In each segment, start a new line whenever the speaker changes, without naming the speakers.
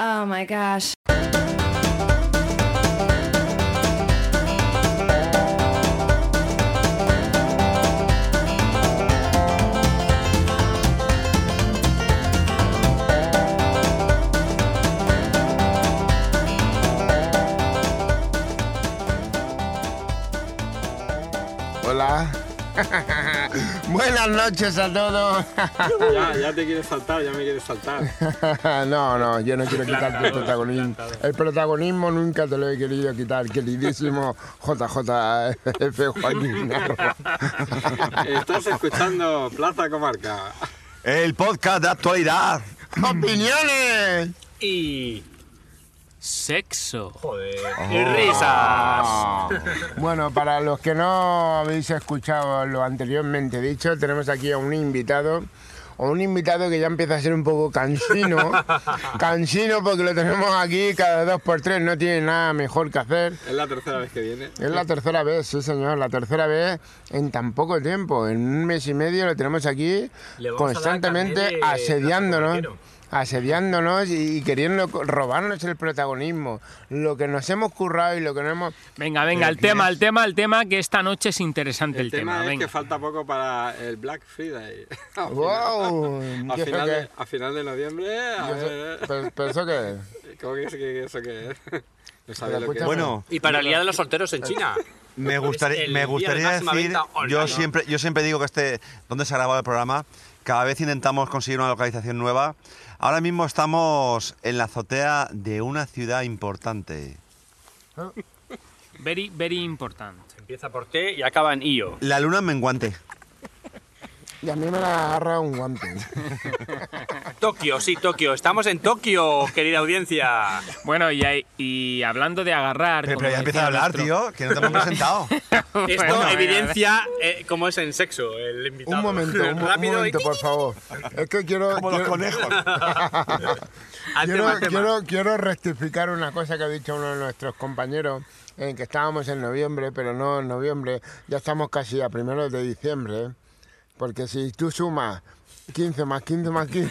Oh my gosh.
Hola. Buenas noches a todos.
Ah, Ya, ya te quieres saltar, ya me quieres saltar.
no, no, yo no quiero quitarte el
Plantador,
protagonismo.
plantador.
El protagonismo nunca te lo he querido quitar, queridísimo JJF Joaquín Narro.
Estás escuchando Plaza Comarca.
El podcast de actualidad.
¡Opiniones!
Y. Sexo.
Y risas.
Bueno, para los que no habéis escuchado lo anteriormente dicho, tenemos aquí a un invitado. O un invitado que ya empieza a ser un poco cansino. cansino porque lo tenemos aquí cada dos por tres, no tiene nada mejor que hacer.
Es la tercera vez que viene.
Es la tercera vez, sí señor, la tercera vez en tan poco tiempo, en un mes y medio lo tenemos aquí
Le vamos a dar
constantemente
carnet de
asediándonos,
narcotraficero.
asediándonos y, y queriendo co- robarnos el protagonismo, lo que nos hemos currado y lo que no hemos...
Venga,
Eh,
venga, el tema, el tema, el tema, que esta noche es interesante el,
El tema es
venga.
que falta poco para el Black Friday. A final-
¡Wow!
A
¿Y eso
final,
qué?
de, a final de noviembre, a ver,
Pe- ¿Pero eso qué?
¿cómo que es que eso que es? No sabes lo que es.
escúchame.
Bueno,
Y para el día de los solteros en China.
me gustaría,
el
me
día de
gustaría
máxima
decir,
venta online,
yo
¿no?
siempre, yo siempre digo que este, donde se ha grabado el programa, cada vez intentamos conseguir una localización nueva. Ahora mismo estamos en la azotea de una ciudad importante.
Very, very important.
Empieza por T y acaba en IO.
La luna menguante.
Y a mí me la agarra un guante.
Tokio, sí, Tokio. Estamos en Tokio, querida audiencia.
Bueno, y, ahí- y hablando de agarrar.
Pero,
como
pero ya empieza a
decía
hablar,
nuestro-
tío, que no te hemos presentado.
Esto
Bueno, venga,
evidencia eh, cómo es en sexo el invitado.
Un momento, un, mo- un
Rápido
momento,
y...
por favor. Es que quiero... quiero-
Al
quiero,
tema, al tema.
quiero- quiero rectificar una cosa que ha dicho uno de nuestros compañeros, en que estábamos en noviembre, pero no en noviembre, ya estamos casi a primeros de diciembre, porque si tú sumas 15 más 15 más 15,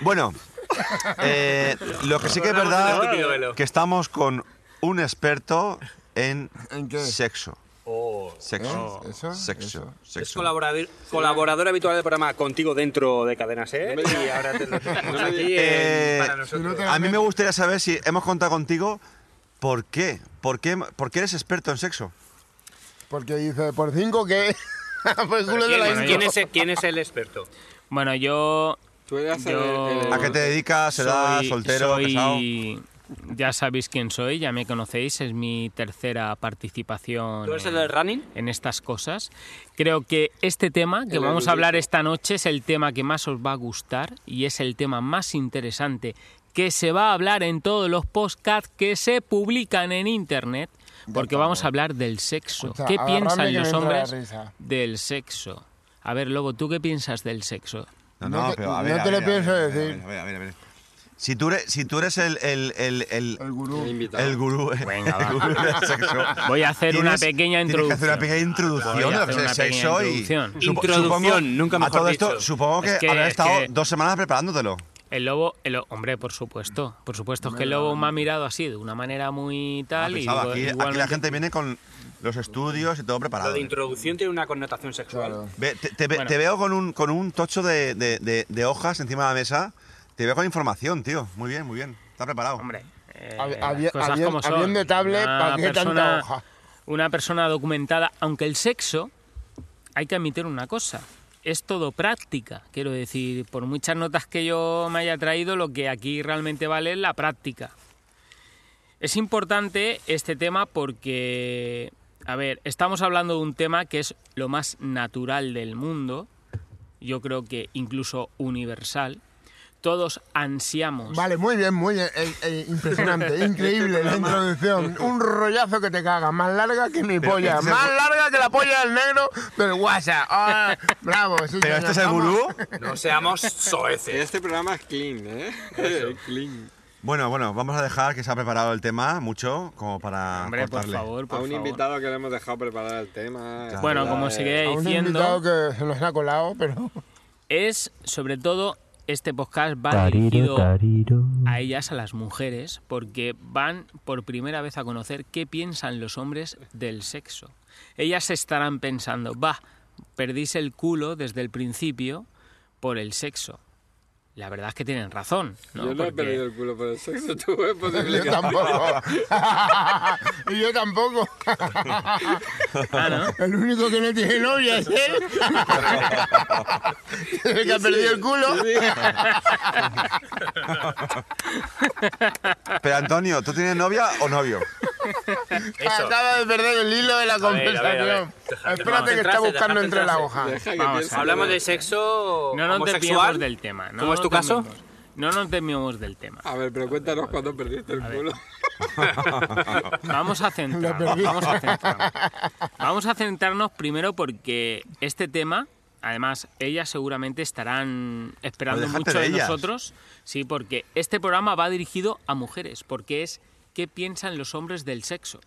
Bueno, eh, lo que sí que es verdad
Programa de estúpido velo.
que estamos con un experto en,
¿En qué?
sexo.
Oh.
Sexo.
¿Eh? ¿Eso?
Sexo.
Es
Sexo.
colaborador, colaborador habitual del programa Contigo Dentro de Cadenas ¿eh? Y ahora te lo tenemos
No me
aquí
Eh,
en- para
si no
nosotros.
te-
A mí me gustaría saber si hemos contado contigo por qué. ¿Por qué, por qué eres experto en sexo?
porque dice, por 5 que... pues culo de la inco.
¿Quién, quién es el, quién es el experto?
Bueno, yo.
Tú eras el-
Yo-
el-
¿A qué te dedicas? ¿Edad?
soy-
Ah, ¿Soltero?
soy-
¿Casado?
Ya sabéis quién soy, ya me conocéis, es mi tercera participación.
¿Tú eres el
en-
del running?
en estas cosas. Creo que este tema que
El
vamos
erudito.
a hablar esta noche es el tema que más os va a gustar y es el tema más interesante que se va a hablar en todos los podcasts que se publican en internet, porque vamos a hablar del sexo.
Escucha,
¿Qué
agarradme que
piensan
me
los
entra la
hombres
risa.
del sexo? A ver, Lobo, ¿tú qué piensas del sexo?
No,
No
no,
te-
pero
no
a ver. a
te lo
ver, a
pienso
ver, a ver,
decir.
A ver, a ver, a ver. Si tú eres, si tú eres el, el, el, el,
El
el
gurú.
invitado.
el gurú,
Venga, va.
el gurú del sexo.
Voy a hacer una
Ah, tienes-
pequeña
Tienes que hacer una
introducción.
pequeña
Voy
introducción
a
de lo que es
hacer
el
una pequeña
sexo y.
introducción.
supo-
Introducción,
supongo-
nunca
A
mejor
todo esto,
dicho.
supongo que,
Es que-
habrás
es
estado
que-
dos semanas preparándotelo.
El lobo, el lo- hombre, por supuesto, por supuesto es que el lobo me ha mirado así de una manera muy
Ah,
tal y
pensaba, aquí, aquí la
igualmente-
gente viene con los estudios y todo
Lo
preparado.
de introducción tiene una connotación sexual.
Claro.
Ve- te, te ve-
Bueno.
te veo con un, con un tocho de, de- de- de hojas encima de la mesa. Te veo con información, tío. Muy bien, muy bien. Está preparado.
Hombre, eh,
Habi-
las
habi-
cosas
habi-
como son.
habiendo tablet,
Una
¿pa' qué tanta
persona- pues
hoja?
Una persona documentada, aunque el sexo, hay que admitir una cosa, es todo práctica. Quiero decir, por muchas notas que yo me haya traído, lo que aquí realmente vale es la práctica. Es importante este tema porque, a ver, estamos hablando de un tema que es lo más natural del mundo, yo creo que incluso universal. Todos ansiamos
Vale, muy bien, muy bien. eh, eh, impresionante, increíble la introducción. Un rollazo que te caga, más larga que mi polla,
este es el-
más larga que la polla del negro del WhatsApp. Ah, bravo, sí,
Pero
señor,
este es el
vamos.
gurú.
No seamos soeces.
Este programa es clean, ¿eh? clean.
Bueno, bueno, vamos a dejar que se ha preparado el tema mucho como para
Hombre, por
cortarle.
favor, por
A un
favor.
invitado que le hemos dejado preparar el tema.
Claro.
Bueno, como
Eh,
seguía
A un
diciendo,
invitado que se nos ha colado, pero.
es, sobre todo, este podcast va dirigido a ellas, a las mujeres, porque van por primera vez a conocer qué piensan los hombres del sexo. Ellas estarán pensando, va, perdís el culo desde el principio por el sexo. La verdad es que tienen razón, ¿no?
Yo no he
Porque-
perdido el culo por el sexo, tú es posible
Yo
que
tampoco. y yo tampoco.
Ah, ¿no?
El único que no tiene novia es él. el que ha perdido el culo.
Pero Antonio, ¿tú tienes novia o novio?
Eso.
Acaba de perder el hilo de la
a ver, a
conversación.
ver. Deja-
Espérate que está
Concentrarse,
buscando
deja
entre la
concentrarse.
hoja.
Deja que
Vamos,
piense.
Hablamos de sexo
No nos
homosexual. Ah,
desviamos del tema. No
¿Cómo es
nos
tu caso?
desviamos. No nos desviamos del tema.
A ver, pero cuéntanos cuándo perdiste el culo.
Vamos a centrarnos. Vamos a centrarnos. Vamos a centrarnos primero porque este tema, además, ellas seguramente estarán esperando
Pues déjate
mucho
de
de,
ellas.
nosotros. Sí, porque este programa va dirigido a mujeres, porque es qué piensan los hombres del sexo.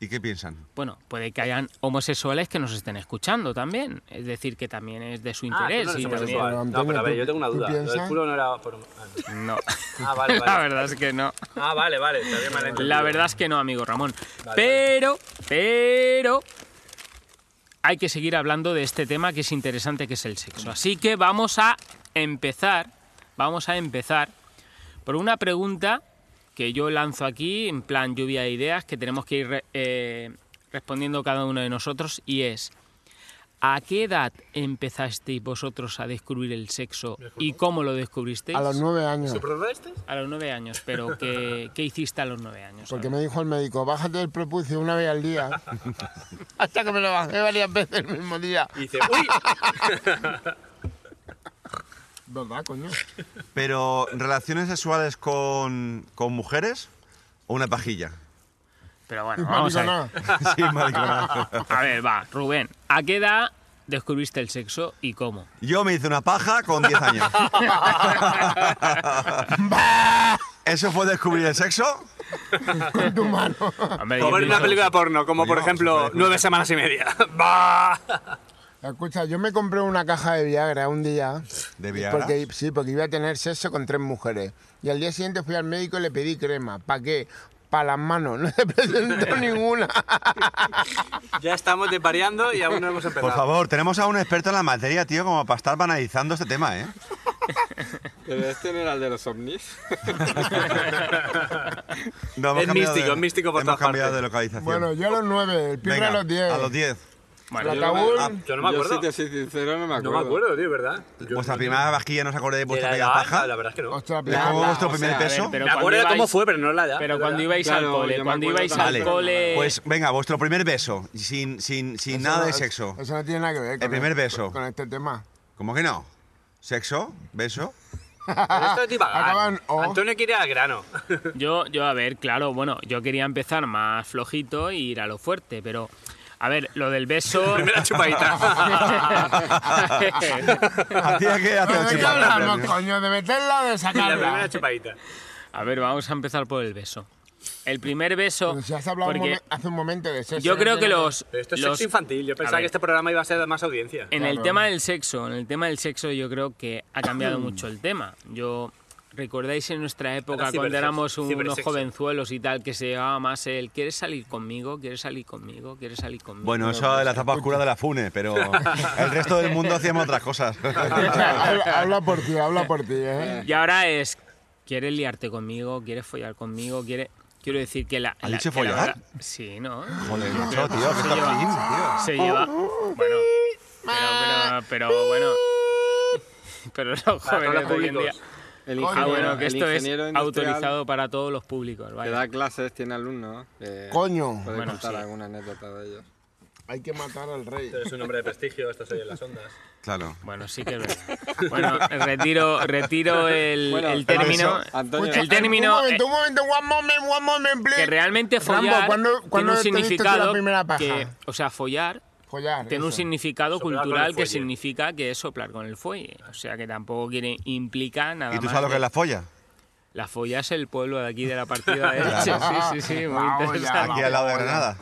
¿Y qué piensan?
Bueno, puede que hayan homosexuales que nos estén escuchando también. Es decir, que también es de su
Ah, tú no
interés.
eres
y también-
homosexual.
Pero,
No, pero a ver,
Antonio,
yo tengo una
¿tú- tú
duda. Lo
piensas?
del culo no era por... ah, no.
No.
Ah, vale,
La
vale.
verdad es que no.
Ah, vale, vale. te había malentendido.
La verdad es que no, amigo Ramón. pero, pero hay que seguir hablando de este tema que es interesante, que es el sexo. Así que vamos a empezar, vamos a empezar por una pregunta que yo lanzo aquí en plan lluvia de ideas que tenemos que ir re- eh, respondiendo cada uno de nosotros y es ¿a qué edad empezasteis vosotros a descubrir el sexo y cómo lo descubristeis?
A los nueve años.
¿Su problema este?
A los nueve años, pero ¿qué, qué hiciste a los nueve años?
Porque me dijo el médico, bájate el prepucio una vez al día. Hasta que me lo bajé varias veces el mismo día.
Y dice, uy,
¿Verdad, coño?
¿Pero relaciones sexuales con, con mujeres o una pajilla?
Pero bueno, vamos a ver.
Mariconá.
Sí, maricona.
A ver, va, Rubén, ¿a qué edad descubriste el sexo y cómo?
Yo me hice una paja con 10 años. ¿Eso fue descubrir el sexo?
Con tu mano.
Hombre, yo
como en una
pienso-
película porno, como por
Coño,
ejemplo,
joder,
nueve semanas y media. ¡Bah!
Escucha, yo me compré una caja de Viagra un día.
¿De Viagra?
Porque, sí, porque iba a tener sexo con tres mujeres. Y al día siguiente fui al médico y le pedí crema. ¿Para qué? Para las manos. No se presentó ninguna.
Ya estamos desvariando y aún no hemos empezado.
Por favor, tenemos a un experto en la materia, tío, como para estar banalizando este tema, ¿eh?
Pero este no era el de los ovnis.
No, hemos
Es
cambiado
místico, es místico por
Hemos
todas
cambiado
partes.
de localización.
Bueno, yo a los nueve, el pibe
Venga,
a los diez.
A los 10.
El
Bueno,
yo-
ataúd.
Ah,
Yo no me acuerdo.
Yo, si te soy sincero, no me
No
acuerdo.
me acuerdo, tío, ¿verdad? Yo-
Vuestra primera vajilla, ¿no os acordáis de
de
vuestra
la
primera
edad,
paja?
La verdad es que no.
Ostras,
¿De cómo
Viagra.
vuestro
o
primer
sea, a ver,
beso?
pero
Me acuerdo de
cuando
cómo
ibais-
fue, pero no la edad.
Pero
la
cuando
verdad.
ibais al
Claro, yo
cole,
me
cuando
acuerdo
ibais
también.
al
Vale.
cole...
Pues venga, vuestro primer beso, sin, sin, sin
Eso
nada
no-
de sexo.
Eso no tiene nada que ver con,
primer beso.
con este tema.
¿Cómo que no? ¿Sexo? ¿Beso?
Pero esto es divagar.
Acaban o-
Antonio quiere ir al grano.
Yo, yo, a ver, claro, bueno, yo quería empezar más flojito e ir a lo fuerte, pero... A ver, lo del beso...
Primera chupadita.
Hacía que hacer
¿De qué
chupadas,
hablamos,
tío.
coño? ¿De meterla o de
La primera
sacarla?
chupadita.
A ver, vamos a empezar por el beso. El primer beso...
Pero si has hablado un
porque
momen- hace un momento de sexo.
yo creo que los...
Pero esto es
los-
sexo infantil. Yo pensaba
ver.
que este programa iba a ser de más audiencia.
En el
Claro.
tema del sexo, en el tema del sexo yo creo que ha cambiado mucho el tema. Yo recordáis en nuestra época
Ahora
cuando
cibersex-
éramos un- unos
cibersexo.
jovenzuelos y tal que se llevaba más el ¿quieres salir conmigo? ¿Quieres salir conmigo? ¿Quieres salir conmigo?
Bueno, eso de la tapa oscura de la FUNE, pero el resto del mundo hacíamos otras cosas.
habla, habla por ti, habla por ti, ¿eh?
Y ahora es ¿quieres liarte conmigo? ¿Quieres follar conmigo? ¿Quieres Quiero decir que la...
¿Ha
la-
dicho
que la
follar?
verdad- sí, ¿no?
Joder, macho, tío, qué
se
top
lleva,
clean, tío.
se lleva- Bueno, pero, pero, pero bueno... Pero los jóvenes de hoy en día...
públicos.
El
Ah,
ingeniero,
bueno, que
el
esto es
ingeniero industrial
autorizado para todos los públicos,
Que
vaya.
da clases, tiene alumnos. que
Coño.
Puede
Bueno,
contar
sí.
alguna anécdota de ellos.
Hay que matar al rey.
Eres un hombre de prestigio, esto se oye en las ondas.
Claro.
Bueno, sí que es verdad. Bueno, retiro, retiro el,
Bueno,
el
pero
término.
eso, Antonio-
el término
Un momento,
eh,
un momento, one moment, one moment, please.
que realmente
Rambo,
follar
¿cuándo-
tiene
cuándo
un
te diste tú
significado
la primera paja?
que, o sea, follar
Follar,
tiene un
Pues eso.
significado
Soplar con
cultural
el
que
fuelle.
significa que es soplar con el fuelle. O sea, que tampoco quiere implica nada
¿Y tú
más
sabes lo que
de-
es la folla?
la folla es el pueblo de aquí de la partida de Elche. Sí, sí, sí, muy
La olla.
interesante.
Aquí al lado de Granada.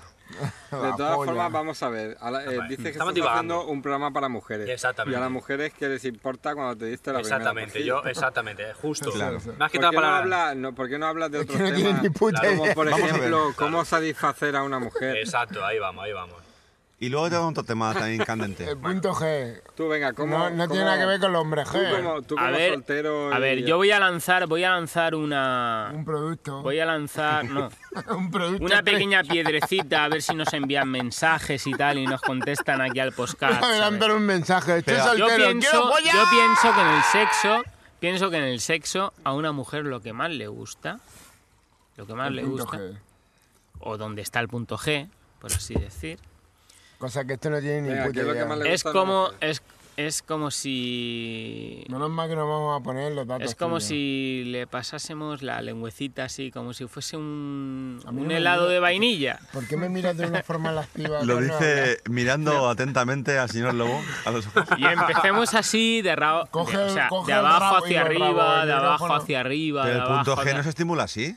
La
De todas
polla.
formas, vamos a ver. Ahora, eh,
Vale.
dice que
Estamos
estás
divagando.
haciendo un programa para mujeres.
Exactamente.
Y a las mujeres, ¿qué les importa cuando te diste la
Exactamente,
primera
yo,
pajilla?
exactamente, justo.
Claro.
Más que
¿Por
nada
qué no
para.
habla- no, ¿Por qué no hablas de otros
no tiene
temas?
ni puta
Claro,
idea.
Como por
Vamos a ver,
ejemplo,
claro.
cómo satisfacer a una mujer.
Exacto, ahí vamos, ahí vamos.
Y luego tengo otro tema también candente.
Eh,
El punto G.
Tú, venga, ¿cómo.?
No, no tiene nada que ver con los hombres
Tú
G.
como, tú
a
como
ver,
soltero.
a
y-
ver, yo voy a lanzar, voy a lanzar una,
Un producto.
voy a lanzar, no,
un producto.
una
tres.
pequeña piedrecita a ver si nos envían mensajes y tal y nos contestan aquí al podcast.
Me
¿sabes?
lanzan un mensaje. Estoy
Pero-
Yo
soltero. quiero
pienso,
polla.
yo pienso que en el sexo, pienso que en el sexo a una mujer lo que más le gusta, lo que más le
Punto
gusta,
G.
o donde está el punto G, por así decir,
Cosa que esto no tiene ni
Venga,
puta
¿qué es lo que
idea.
más le-
es
gusta a la
como
mujer?
es, es como si
Menos mal que nos vamos a poner los datos.
es como
tuyos.
si le pasásemos la lengüecita así, como si fuese un,
A mí no
un
me
helado
mola.
de vainilla.
¿Por qué me miras de una forma lasciva?
Lo
Carlos?
dice mirando atentamente al señor Lobo, a los ojos.
Y empecemos así de, ra- de-
Coge
o
el-
sea,
coge
de
el
abajo
rabo y
hacia
el rabo,
arriba,
el
de abajo
micrófono.
hacia arriba, de
Pero el
abajo
punto G
hacia-
no se estimula así.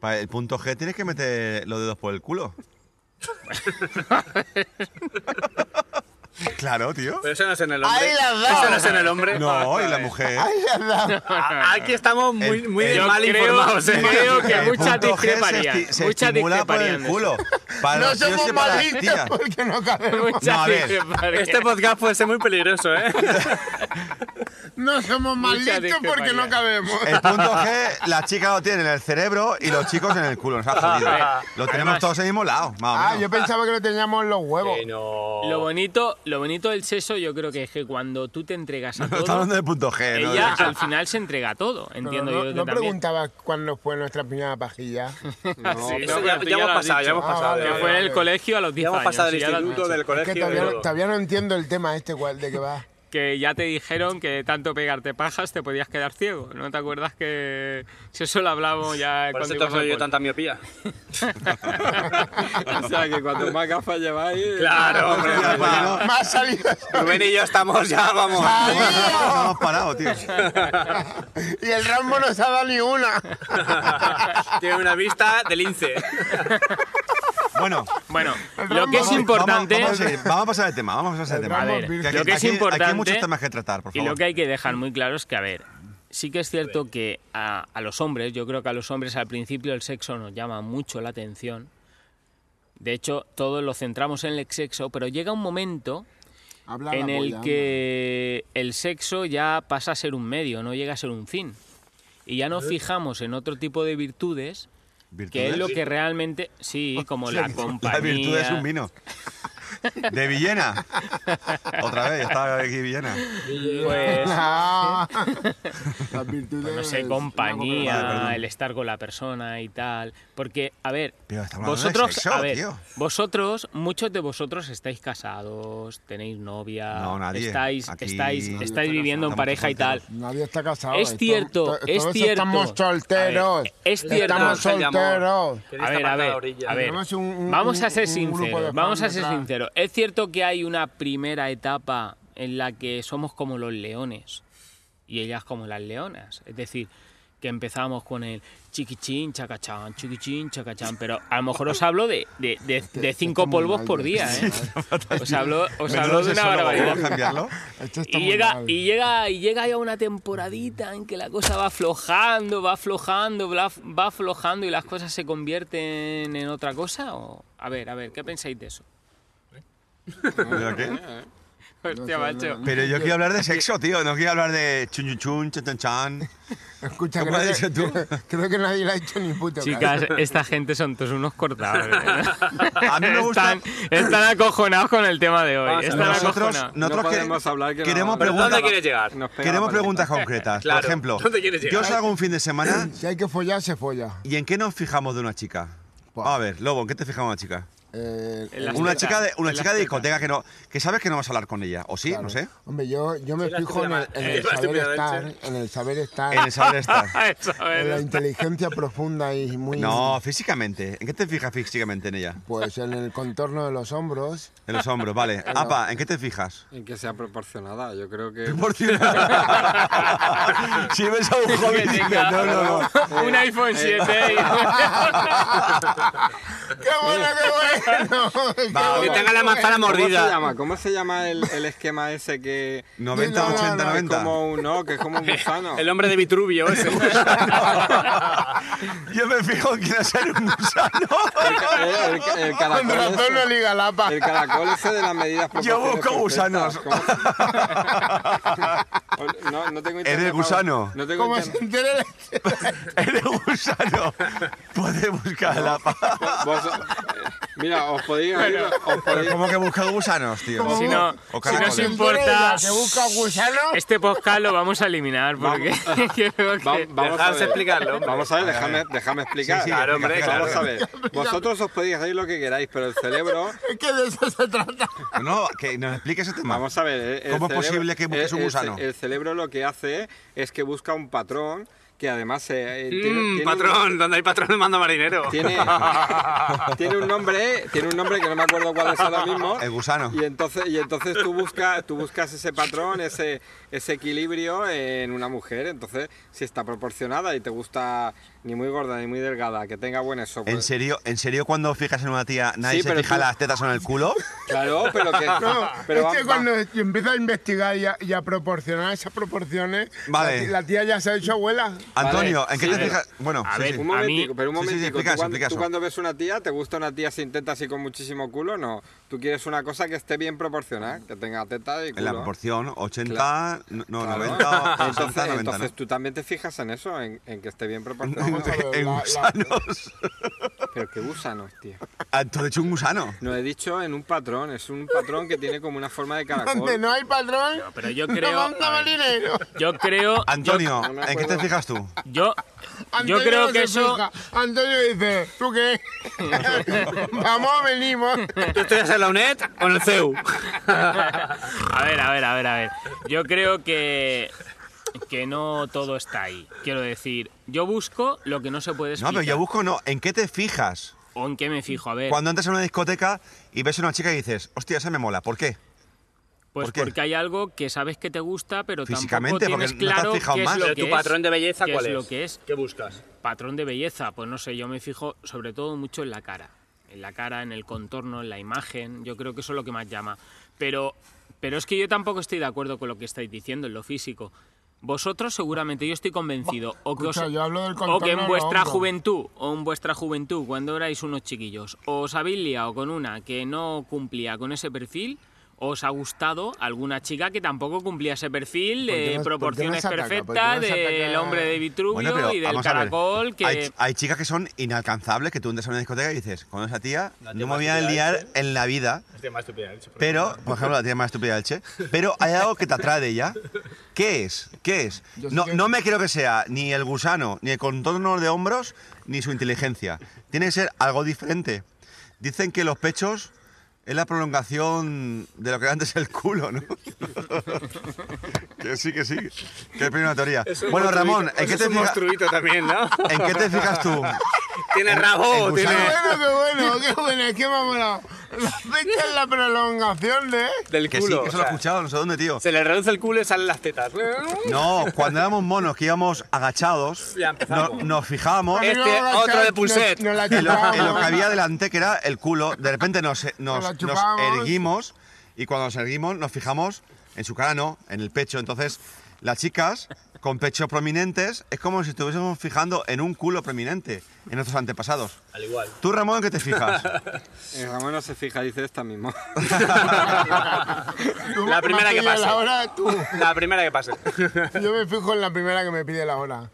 Para el punto G tienes que meter los dedos por el culo. claro, tío.
Pero eso no es en el hombre.
Ahí la has dado.
Eso no es en el hombre.
No, y la
Vale.
mujer.
Ay, ya está.
A- Aquí estamos muy,
El-
muy
el-
Yo
mal
creo-
informados. ¿eh?
creo que
El
muchas
punto G se
discreparían,
esti- Se,
muchas
estimula por el
discreparían.
culo. Para
No
los tíos
somos
y para las
malditos
tías.
porque no cabemos.
Muchas
No, a ver.
discreparían.
Este podcast puede ser muy peligroso, ¿eh?
No somos malditos porque no
discrepancia.
cabemos.
El punto G, las chicas lo tienen en el cerebro y los chicos en el culo. Nos ha jodido. ¿eh? Lo tenemos
Además-
todos en el mismo lado. más o
Ah,
menos.
yo pensaba que lo teníamos en los huevos.
Eh, no.
Lo bonito, lo bonito del sexo yo creo que es que cuando tú te entregas a
No, Estamos hablando
todo,
del punto G. ¿no?
ella al final se entrega a todo,
Pero
entiendo
no,
yo que
no
también.
preguntabas cuándo fue nuestra primera pajilla.
No,
Sí,
Eso
no,
ya,
pero tú
ya
ya lo
hemos
has
pasado, ya
dicho.
hemos
Ah,
pasado.
vale,
Que
ya
vale,
fue en
vale.
el colegio a los 10
Ya hemos
años.
pasado del
sí, ya lo has
instituto,
dicho.
del
Es
colegio.
que
de
todavía,
todo.
todavía no entiendo el tema este cual- de qué va.
Que ya te dijeron que tanto pegarte pajas te podías quedar ciego. ¿No te acuerdas que si eso lo hablamos ya
Por
cuando
eso te has
ibas al
oído
cole?
tanta miopía.
O sea, que cuanto más gafas lleváis.
Claro, hombre.
Ya, pues, no,
Más salidas.
Rubén y yo estamos ya, vamos.
no hemos parado, tío.
Y el Rambo no se ha dado ni una.
Tiene una vista de lince.
Bueno,
Bueno, lo que es
Vamos-
importante
Vamos, vamos a seguir, vamos a pasar el tema. Vamos a pasar el tema.
A ver,
Aquí-
lo que es
aquí- Aquí
importante-
hay muchos temas que tratar, por
y
favor.
lo que hay que dejar muy claro es que, a ver, sí que es cierto que a, a los hombres, yo creo que a los hombres al principio el sexo nos llama mucho la atención. De hecho, todos lo centramos en el sexo, pero llega un momento
Habla la
en el
polla,
que el sexo ya pasa a ser un medio, no llega a ser un fin. Y ya nos fijamos en otro tipo de virtudes, que es lo que realmente, sí, como la compañía.
La virtud es un vino. De Villena. Otra vez, estaba aquí Villena.
Pues,
Ah, las virtudes.
pues no sé,
Vale, perdón.
compañía, el estar con la persona y tal. Porque, a ver,
Pero estamos hablando de
vosotros,
sexo,
a ver,
tío.
vosotros, muchos de vosotros estáis casados, tenéis novia,
No, nadie.
estáis,
Aquí
estáis,
nadie
estáis
está
viviendo
casado.
en pareja y tal.
Nadie está casado.
Es
Esto-
cierto,
to-
es
todos
cierto.
Estamos solteros.
A ver, es cierto.
Estamos
Se llamó.
solteros.
A ver, a ver, a ver.
Tenemos un- un-
vamos a
un-
ser
un grupo de
sinceros,
fans
vamos a ser
detrás.
sinceros. Es cierto que hay una primera etapa en la que somos como los leones y ellas como las leonas. Es decir, que empezamos con el chiquichín, chacachán, chiquichín, chacachán, pero a lo mejor os hablo de, de, de- de cinco
está muy
polvos
mal,
por
¿eh?
día, ¿eh? Os hablo, os
Menudo
hablo de una
sexólogo,
barbaridad.
¿Podemos cambiarlo?
Esto está
Y
muy
llega,
mal.
y llega, y llega ya una temporadita en que la cosa va aflojando, va aflojando, va va aflojando y las cosas se convierten en otra cosa. ¿o? A ver, a ver, ¿qué pensáis de eso?
¿Pero qué?
Hostia, macho.
Pero yo quiero hablar de sexo, tío. No quiero hablar de chun chun chun, chun chun chan.
Escucha,
¿Cómo
creo
lo has
que-
dicho tú?
Creo que nadie le ha hecho ni puto. caso.
Chicas, esta gente son todos unos cortados.
A mí me gusta-
Están, están acojonados con el tema de
Vamos
hoy.
a
Están
ver.
Nosotros,
acojonados.
nosotros
No
que-
podemos hablar que no-
queremos
¿Pero
¿Pero dónde
preguntas.
quieres llegar?
Nos pega
Queremos
la paleta.
preguntas concretas.
Claro.
Por ejemplo,
¿Dónde quieres llegar?
yo salgo un fin de semana
Si hay que follar, se folla.
y ¿en qué nos fijamos de una chica?
Buah.
Vamos a ver, Lobo, ¿en qué te fijamos de una chica?
Eh,
En las
Una
tetas,
chica de, una
en las
chica
tetas.
de discoteca que no que sabes que no vas a hablar con ella, o sí, no sé.
Hombre, yo, yo me
Sí, la
fijo en el, en
estúpida ma-
el
la
saber
estúpida
estar,
leche.
en el saber
En
estar,
el saber estar.
Eso, a ver.
en la inteligencia profunda y muy...
No, físicamente. ¿En qué te fijas físicamente en ella?
Pues en el contorno de los hombros.
En los hombros, vale. Apa, ¿en qué te fijas?
En que sea proporcionada, yo creo que.
Proporcional. si ves a un joven,
Que
dices,
tenga
no, no, no.
Un iPhone 7 y...
¡Qué bueno, qué bueno! No, es que-
Vamos.
Que tenga la manzana
¿Cómo se
mordida.
llama? ¿Cómo se llama el, el esquema ese que...
90,
No, no,
80,
no, es
90.
Como un, no, que es como un gusano.
El hombre de Vitruvio ese.
Yo me fijo en quién es el
El,
gusano.
ca- Eh, el ca- el
Con
caracol
razón no
ese,
liga la pa.
el caracol ese de las medidas
Yo busco
proporciones
gusanos.
perfectas. ¿Cómo se- No, no tengo internet
de
para-
gusano.
No tengo
Como se
internet.
entere
El gusano. Puede buscar la paz.
Vos- mira, os podéis... os podéis-
¿Cómo que busca gusanos, tío?
¿Cómo?
Si no,
O
si no
caracoles.
os
la
importa,
que busca gusano.
este podcast lo vamos a eliminar porque creo que-
Va- vamos a
Dejaos
ver.
explicarlo, hombre.
Vamos a ver, déjame, déjame explicar.
Sí, sí,
Claro, hombre,
explica,
claro.
Vamos a
explica.
ver. Vosotros os podéis reír lo que queráis, pero el cerebro.
Es que de eso se trata.
Pues No, que nos explique ese tema.
Vamos a ver. el- el
¿Cómo es
cerebro-
posible que busques un
el- el-
gusano?
El, cerebro lo que hace es que busca un patrón que además eh, tiene-
Mm,
tiene un-
patrón, donde hay patrón manda marinero.
tiene, tiene un nombre, tiene un nombre que no me acuerdo cuál es ahora mismo.
El gusano.
Y entonces, y entonces tú buscas, tú buscas ese patrón, ese, ese equilibrio en una mujer. Entonces, si está proporcionada y te gusta ni muy gorda ni muy delgada, que tenga buen eso. pues,
¿En serio, ¿En serio cuando fijas en una tía nadie
Sí,
se
pero
fija
tú-
las tetas o en el culo?
Claro, pero que
No,
Ah, pero
es que
va- va-
cuando empieza a investigar y a, y a proporcionar esas proporciones,
Vale.
la, ti- la tía ya se ha hecho abuela.
Antonio, ¿en qué
sí,
te
pero-
fijas? Bueno,
A
sí,
ver,
sí.
Un
A mí-
momentico, pero un
Sí, sí, sí,
momentico. tú,
explica eso,
cuando,
explica
tú
eso.
cuando ves una tía, ¿te gusta una tía sin tetas y con muchísimo culo? No. Tú quieres una cosa que esté bien proporcionada, que tenga teta y culo.
En la proporción, 80, no, no,
Claro.
90, o 80,
entonces,
90, ¿no?
entonces tú también te fijas en eso, en, en que esté bien
En-
proporcionado.
en
la- la-
gusanos.
pero qué gusanos, tío.
Ah, Entonces, hecho un gusano.
No he dicho en un patrón, es un patrón que tiene como una forma de
Donde
caracol.
no hay patrón,
pero yo
no
creo,
manda
a ver,
marinero.
yo creo,
Antonio,
no me
¿en qué te
acuerdo.
fijas tú?
yo, yo
Antonio
creo
no
que
se
eso,
fija. Antonio dice, ¿tú qué? Vamos, venimos.
¿Tú estudias en la UNED o en el E CEU?
A ver, a ver, a ver, a ver. Yo creo que que no todo está ahí. Quiero decir, yo busco lo que no se puede
No,
explicar.
pero yo busco, no, ¿en qué te fijas?
¿O en qué me fijo? A ver,
Cuando entras en una discoteca y ves a una chica y dices, hostia, esa me mola, ¿por qué?
pues
¿por qué?
porque hay algo que sabes que te gusta, pero tampoco
Físicamente,
tienes
porque no te has
claro
fijado
qué es
más.
Ah, lo
Pero
que
¿Tu
es.
patrón de belleza
¿Qué
cuál es?
es lo que es?
¿Qué buscas?
Patrón de belleza, pues no sé, yo me fijo sobre todo mucho en la cara. En la cara, en el contorno, en la imagen. Yo creo que eso es lo que más llama. Pero, pero es que yo tampoco estoy de acuerdo con lo que estáis diciendo en lo físico. Vosotros seguramente, yo estoy convencido, o que, os-
Escucha, yo hablo del
o que
contorno
en
del
vuestra
hombro.
juventud, o en vuestra juventud, cuando erais unos chiquillos, os habéis liado con una que no cumplía con ese perfil, os ha gustado alguna chica que tampoco cumplía ese perfil,
¿Por qué
de
nos- por qué nos
proporciones
ataca? ¿Por qué
perfectas,
nos ataca?
del hombre de Vitruvio y del
vamos a ver,
caracol que...
Hay, hay chicas que son inalcanzables, que tú entras a una discoteca y dices, con esa tía
La tía
no me
más
voy a
estúpida
liar
del Che.
en la vida,
Hostia, más estúpida, dicho, por
pero, por ejemplo, la tía más estúpida del Che, pero hay algo que te atrae de ella. ¿Qué es? ¿Qué es?
Yo
No,
sí que-
no me creo que sea ni el gusano, ni el contorno de hombros, ni su inteligencia. Tiene que ser algo diferente. Dicen que los pechos es la prolongación de lo que era antes el culo, ¿no? que sí, que sí. Que es una teoría. bueno, Ramón, ¿en qué,
es
te
un
fija-
monstruito también, ¿no?
¿en qué te fijas tú?
Tiene rabo,
en
Qué
tiene...
gusano.
bueno, qué bueno, qué bueno, es que me ha molado. La fecha es la prolongación de...
Del
Que sí,
culo.
que eso
o
lo he
sea,
escuchado, no sé dónde, tío.
se le reduce el culo y salen las tetas.
No, cuando éramos monos que íbamos agachados,
Ya empezamos.
no- nos fijábamos en
Este,
lo,
otro de Pulset.
No, la
en lo que
chupábamos.
había delante, que era el culo. De repente nos, eh, nos,
la
nos
chupábamos.
erguimos y cuando nos erguimos nos fijamos en su cara, no, en el pecho. Entonces, las chicas con pechos prominentes es como si estuviésemos fijando en un culo prominente, en nuestros antepasados.
Al igual.
¿Tú, Ramón, en qué te fijas?
El Eh, Ramón no se fija, dice esta misma.
Tú
La
me
primera que
pides
pase.
La hora, tú.
La primera que pase.
Yo me fijo en la primera que me pide la hora.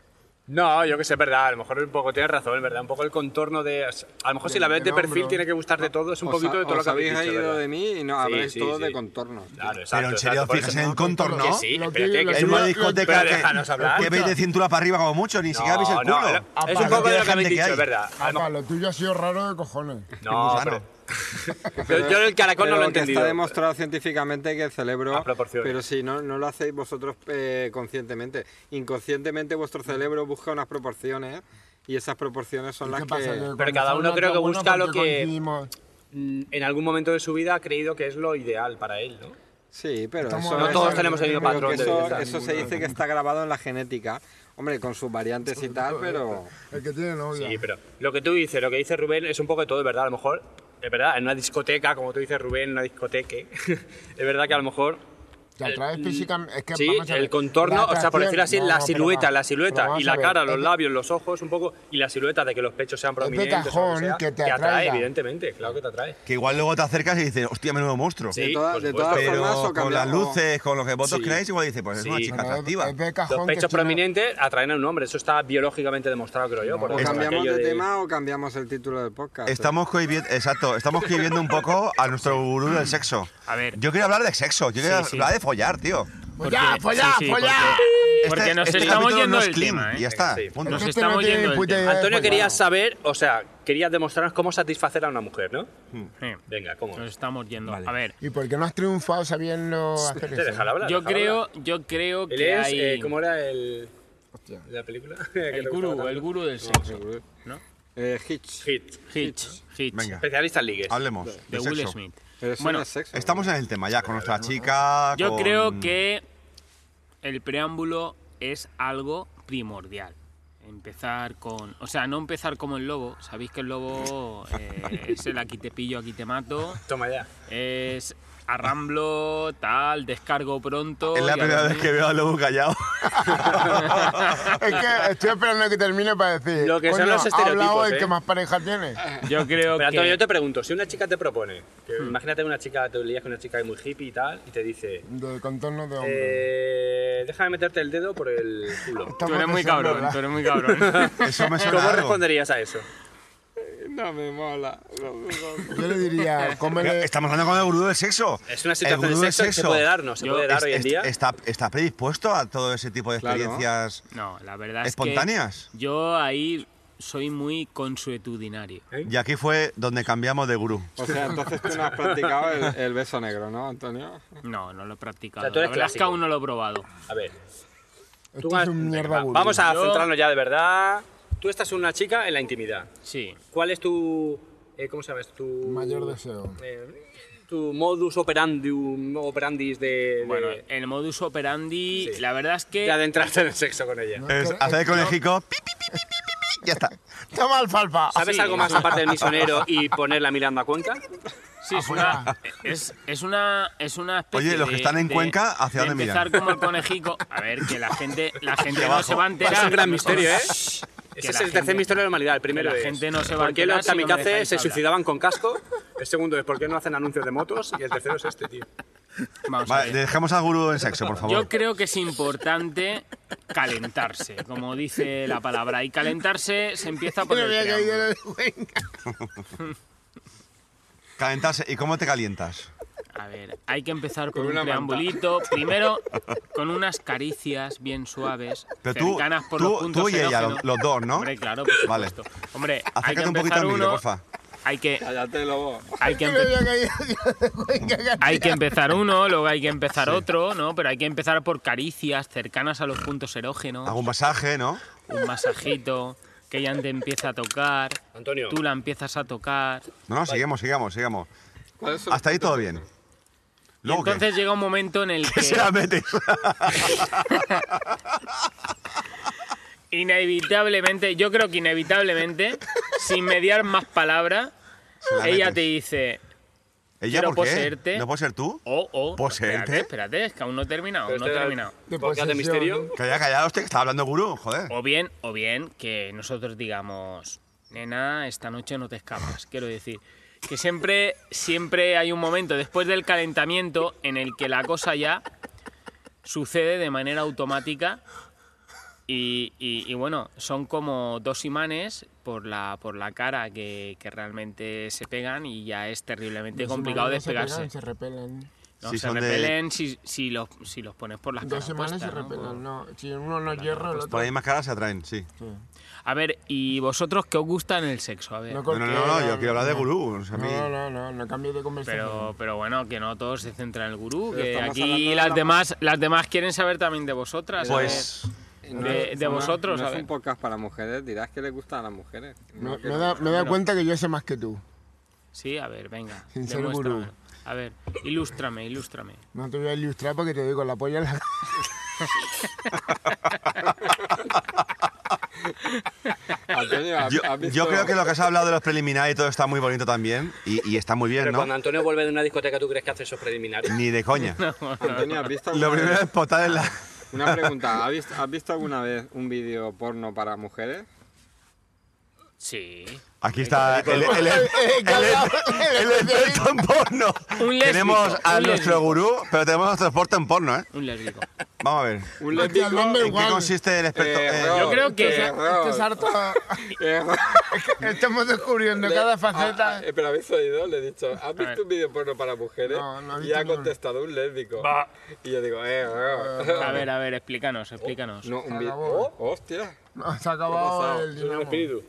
No, yo que sé, es verdad. A lo mejor un poco tienes razón, es verdad. Un poco el contorno de. A lo mejor si la ves de
del
perfil
hombro.
tiene que gustarte todo, es un
Os
poquito
ha-
de todo lo
os
que habéis
habéis
dicho,
ido
¿verdad?
de mí y no
Sí,
habréis
sí,
todo
sí.
de contornos. tío.
Claro, exacto,
Pero en serio,
exacto, por eso
fíjate en el
no-
contorno.
Que sí,
Lo
pero
que-
tiene que
lo
ser
En
que-
una
lo-
discoteca
pero
que,
déjanos hablar.
que veis de cintura para arriba como mucho, ni siquiera veis el
No,
culo.
no, es
Aparte
un poco de
gente
lo que habéis dicho,
hay.
es verdad. A lo
Apa, Ah, lo tuyo ha sido raro de cojones.
No,
gusano.
pero- pero yo el caracol no
Pero
lo he
que
entendido.
Está demostrado científicamente que el cerebro.
Las proporciones.
Pero si no, no lo hacéis vosotros eh, conscientemente. Inconscientemente vuestro cerebro busca unas proporciones y esas proporciones son las
¿Qué pasa?
que.
cuando
cada
son
uno
las
creo
de
que
uno,
busca lo
porque
que-
coincidimos.
Mm, En algún momento de su vida ha creído que es lo ideal para él, ¿no?
Sí, pero
Estamos
eso,
No
eso-
todos tenemos el mismo
pero
patrón
que
de
Eso,
belleza.
eso se dice que está grabado en la genética. Hombre, con sus variantes y tal, pero.
El que tiene novia.
Sí, pero lo que tú dices, lo que dice Rubén es un poco de todo, es ¿verdad? A lo mejor es verdad, en una discoteca, como tú dices Rubén, en una discoteca, es verdad que a lo mejor mm,
¿Te atraes físicamente? Es que,
sí,
vamos a ver,
el contorno,
la
o sea, por decirlo así,
atracción-
la
no, pero
silueta,
va,
la
pero
silueta
vamos
y
a
la
ver,
cara, los
es-
labios, los ojos un poco y la silueta de que los pechos sean
de
prominentes, o lo
cajón
sea,
que te
atrae,
atraiga.
evidentemente, claro que te atrae.
Que igual luego te acercas y dices, hostia, menudo monstruo.
Sí,
de todas-
por
de
supuesto.
todas formas, o
Pero con las
cambiamos-
luces, con los que vosotros
Sí.
creáis, igual dices, pues es
Sí.
una chica
pero es-
atractiva.
es de cajón
Los
que
pechos
si no-
prominentes atraen a un hombre, eso está biológicamente demostrado, creo yo. por
O
ejemplo,
pues cambiamos
aquello
de tema o cambiamos el título del podcast.
Estamos cohibiendo, exacto, estamos cohibiendo un poco a nuestro gurú del sexo.
A ver.
Yo quiero hablar de sexo, yo quiero
Sí, sí.
hablar de follar, tío.
Pues
Porque,
¡Follá, follá,
sí, sí,
follá!
porque- Porque,
Este-
nos
este
estamos
capítulo
yendo
no es
del
clean,
tema, ¿eh?
Ya está,
Sí.
punto.
Es
Nos
que este no
estamos
tiene
yendo
ni
del
puta
tema.
idea de
Antonio
follar.
quería saber, o sea, querías demostrarnos cómo satisfacer a una mujer, ¿no?
Eh,
Venga, ¿cómo?
Nos estamos yendo. A ver,
¿Y por qué no has triunfado sabiendo hacer
Te
eso?
déjala hablar.
yo
déjala
creo,
hablar.
yo creo
Él
que
es,
hay
eh, ¿cómo era el,
Hostia.
la película?
el gurú, el gurú del sexo, ¿no?
Eh, Hitch.
Hit.
Hitch, Hitch,
Venga,
Especialista en ligues.
hablemos
de
de
Will
sexo.
Smith.
Pero eso
Bueno,
no es sexo.
Estamos en el tema ya, con nuestra chica,
Yo
con-
creo que el preámbulo es algo primordial. Empezar con. O sea, no empezar como el lobo. Sabéis que el lobo eh, es el aquí te pillo, aquí te mato.
Toma ya.
Es arramblo, tal, descargo pronto.
Es la
y a
primera vez
dormir.
que veo a Lobo callado.
Es que estoy esperando que termine para decir.
Lo que son
"Coño,
los
ha
estereotipos,
hablado el
¿eh?
que más pareja tiene.
Yo creo
Pero Antonio,
que. Hmm.
yo te pregunto, si una chica te propone, que imagínate una chica, te lías con una chica muy hippie y tal, y te dice,
De contorno de hombre.
eh, déjame meterte el dedo por el culo.
Tú eres muy
Estamos
cabrón,
deseando
tú eres muy cabrón.
Eso me suena
¿Cómo
algo.
responderías a eso?
No me mola. No me mola.
Yo le diría, cómele.
Estamos hablando con el gurú del sexo.
Es una
El
situación de
gurú del
sexo, que se puede dar, no se
Yo-
puede dar
es-
hoy en
es-
día.
Está, está predispuesto a todo ese tipo de
Claro.
experiencias.
No, la verdad es
¿Espontáneas?
que. Yo ahí soy muy consuetudinario.
Y aquí fue donde cambiamos de gurú.
O sea, entonces tú no has practicado el, el beso negro, ¿no, Antonio?
No, no lo he practicado.
O sea, tú eres
la verdad es que
clásico.
aún no lo he probado.
A ver, tú
Esto es un
Venga,
mierda
va,
burro.
vamos a
Yo-
centrarnos ya de verdad. Tú estás con una chica en la intimidad.
Sí.
¿Cuál es tu, eh, cómo se llama? esto? Tu
Mayor deseo.
eh, tu modus operandi, operandis de, de-
Bueno, el modus operandi,
Sí.
la verdad es que.
de adentrarte en el sexo con ella.
Es
Pero-
hacer el
es-
conejico. pi, pi, pi, pi, pi, pi, ya está.
Toma alfalfa.
¿Sabes
sí.
algo más aparte del misionero y poner la mirando a Cuenca?
Sí, es una,
Afuera.
es, es una, es una especie
Oye, los que
de-
están en
de-
Cuenca, ¿hacia
de
dónde
empezar
miran?
como el conejico. A ver, que la gente, la gente
Hacia
no
abajo.
se va a enterar.
Es un gran
No se va-
misterio, ¿eh?
Shh, que
Ese
la
es el
gente-
tercer misterio de la humanidad. El primero
la
es,
gente no se va a
¿por qué los
enterar si no me
kamikazes
dejáis
se
hablar?
suicidaban con casco? El segundo es, ¿por qué no hacen anuncios de motos? Y el tercero es este, tío.
Vamos a
Vale,
ver.
dejamos al gurú del sexo, por favor.
Yo creo que es importante calentarse, como dice la palabra. Y calentarse se empieza por
Yo
el
había caído en
preámbulo.
el cuenca.
Calentarse. ¿Y cómo te calientas?
A ver, hay que empezar con,
Con
un
una manta.
preambulito. Primero, con unas caricias bien suaves,
Pero tú-
cercanas por
tú-
los puntos
tú y ella,
erógenos.
los- los dos, ¿no?
Hombre, claro, por
Vale.
supuesto. Hombre, hay que
Acércate un poquito
empezar
al micro,
uno...
porfa.
Hay que,
Cállate, lobo.
hay que,
Yo
empe-
había caído en el cuenca.
hay que empezar uno, luego hay que empezar otro, ¿no? Pero hay que empezar por caricias cercanas a los puntos erógenos,
Algún masaje, ¿no?
un masajito, que ella te empieza a tocar,
Antonio,
tú la empiezas a tocar.
No, no, sigamos, sigamos, sigamos.
¿Cuáles son
Hasta ahí
los
todo
puntos?
bien.
Y
Luego, ¿qué?
entonces llega un momento en el
¿Qué se
que
la metes?
inevitablemente, yo creo que inevitablemente, sin mediar más palabra,
Se la
ella
metes.
te dice,
¿Ella
quiero
por qué?
poseerte.
¿No puede ser tú?
oh, oh, espérate,
¿Poseerte?
espérate, es que aún no he terminado,
Pero
aún no he
este era-
terminado.
De
¿por qué hace
posesión.
misterio?
Calla, calla, hostia, que estaba hablando gurú, joder.
O bien, o bien que nosotros digamos, nena, esta noche no te escapas. Quiero decir, que siempre, siempre hay un momento después del calentamiento en el que la cosa ya sucede de manera automática. Y, y- y bueno, son como dos imanes por la, por la cara que, que realmente se pegan y ya es terriblemente
Dos
complicado
imanes se
despegarse.
pegan, Se repelan.
No,
Si
se
son de-
repelen si, si los, si los pones por las
Dos
caras
semanas se
puestas, ¿no? Por-
repelan. No, si uno no es hierro, el
Por ahí
otro.
más caras se atraen, sí.
A ver, ¿y vosotros qué os gusta en el sexo? A ver.
No, no, no, no, yo quiero hablar de gurú. o sea, pues, a
No,
mí-
no, no, no cambio de conversación.
Pero, pero bueno, que no todos se centran en el gurú,
Pero
que
estamos hablando
aquí
de
las
la-
demás, las demás quieren saber también de vosotras.
Pues
de, de- de
No,
vosotros,
no
a
es
ver.
un podcast para mujeres, dirás que le gustan a las mujeres.
Me,
No, que
me da- me he dado
no.
cuenta que yo sé más que tú.
Sí, a ver, venga,
Sin ser
demuéstramelo.
gurú.
A ver, ilústrame, ilústrame.
No te voy a ilustrar porque te digo la polla en la
Antonio, ¿has-
Yo,
has visto-
yo creo que lo que has hablado de los preliminares y todo está muy bonito también. Y, y está muy bien,
Pero
¿no?
cuando Antonio vuelve de una discoteca, ¿tú crees que hace esos preliminares?
Ni de coña.
Antonio, ¿has visto
Lo
alguna
primero
vez-
es potar en la.
Una pregunta, ¿has visto, has visto alguna vez un vídeo porno para mujeres?
Sí.
Aquí está el, el, el, el, el experto en porno.
Un lésbico,
Tenemos a
un lésbico.
nuestro gurú, pero tenemos a nuestro experto en porno, ¿eh?
Un lésbico.
Vamos a ver.
Un
Hostia, el nombre
¿En qué
igual.
consiste el experto?
Eh,
eh,
Rob,
Yo creo que-
eh, Rob,
Este sarto.
eh, Rob.
Estamos descubriendo cada
Ah,
faceta.
eh, pero habéis oído, le he dicho, ¿has visto un vídeo porno para mujeres?
No, no he
y
visto
ha
ninguno.
contestado un lésbico.
Bah.
Y yo digo, eh, Rob.
A ver, a ver, explícanos, explícanos.
No, un
Se
vídeo.
acabó.
Oh, hostia.
No, Se ha acabado Oh, el
Un
dinamo.
espíritu.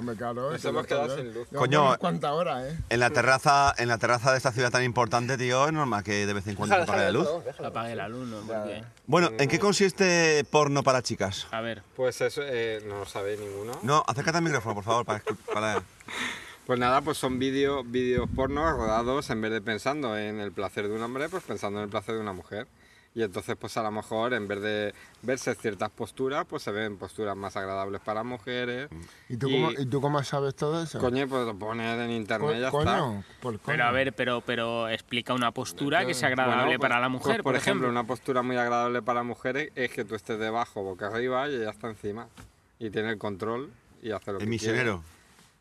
Hombre, claro,
Nos
se
hemos
lo
quedado
cargó.
sin luz.
Llevamos
Coño.
unas cuantas horas, ¿eh?
En la terraza, en la terraza de esta ciudad tan importante, tío, es normal que de vez en cuando se apague la luz.
Apague la luz, ¿no? Porque-
Bueno, ¿en qué consiste porno para chicas?
A ver,
Pues eso, eh, no lo sabéis ninguno.
No, acércate al micrófono, por favor, para, escu- para-
Pues nada, pues son vídeos vídeos pornos rodados en vez de pensando en el placer de un hombre, pues pensando en el placer de una mujer. Y entonces, pues a lo mejor, en vez de verse ciertas posturas, pues se ven posturas más agradables para mujeres.
¿Y tú, Cómo, ¿Y tú cómo sabes todo eso?
Coño, pues lo pones en
Co-
internet y ya está.
coño, por coño.
pero a ver, pero, pero explica una postura que sea agradable
Bueno, pues-
para la mujer,
pues, por, ejemplo, una postura muy agradable para mujeres es que tú estés debajo, boca arriba, y ella está encima. Y tiene el control y hace lo
el
que
misionero.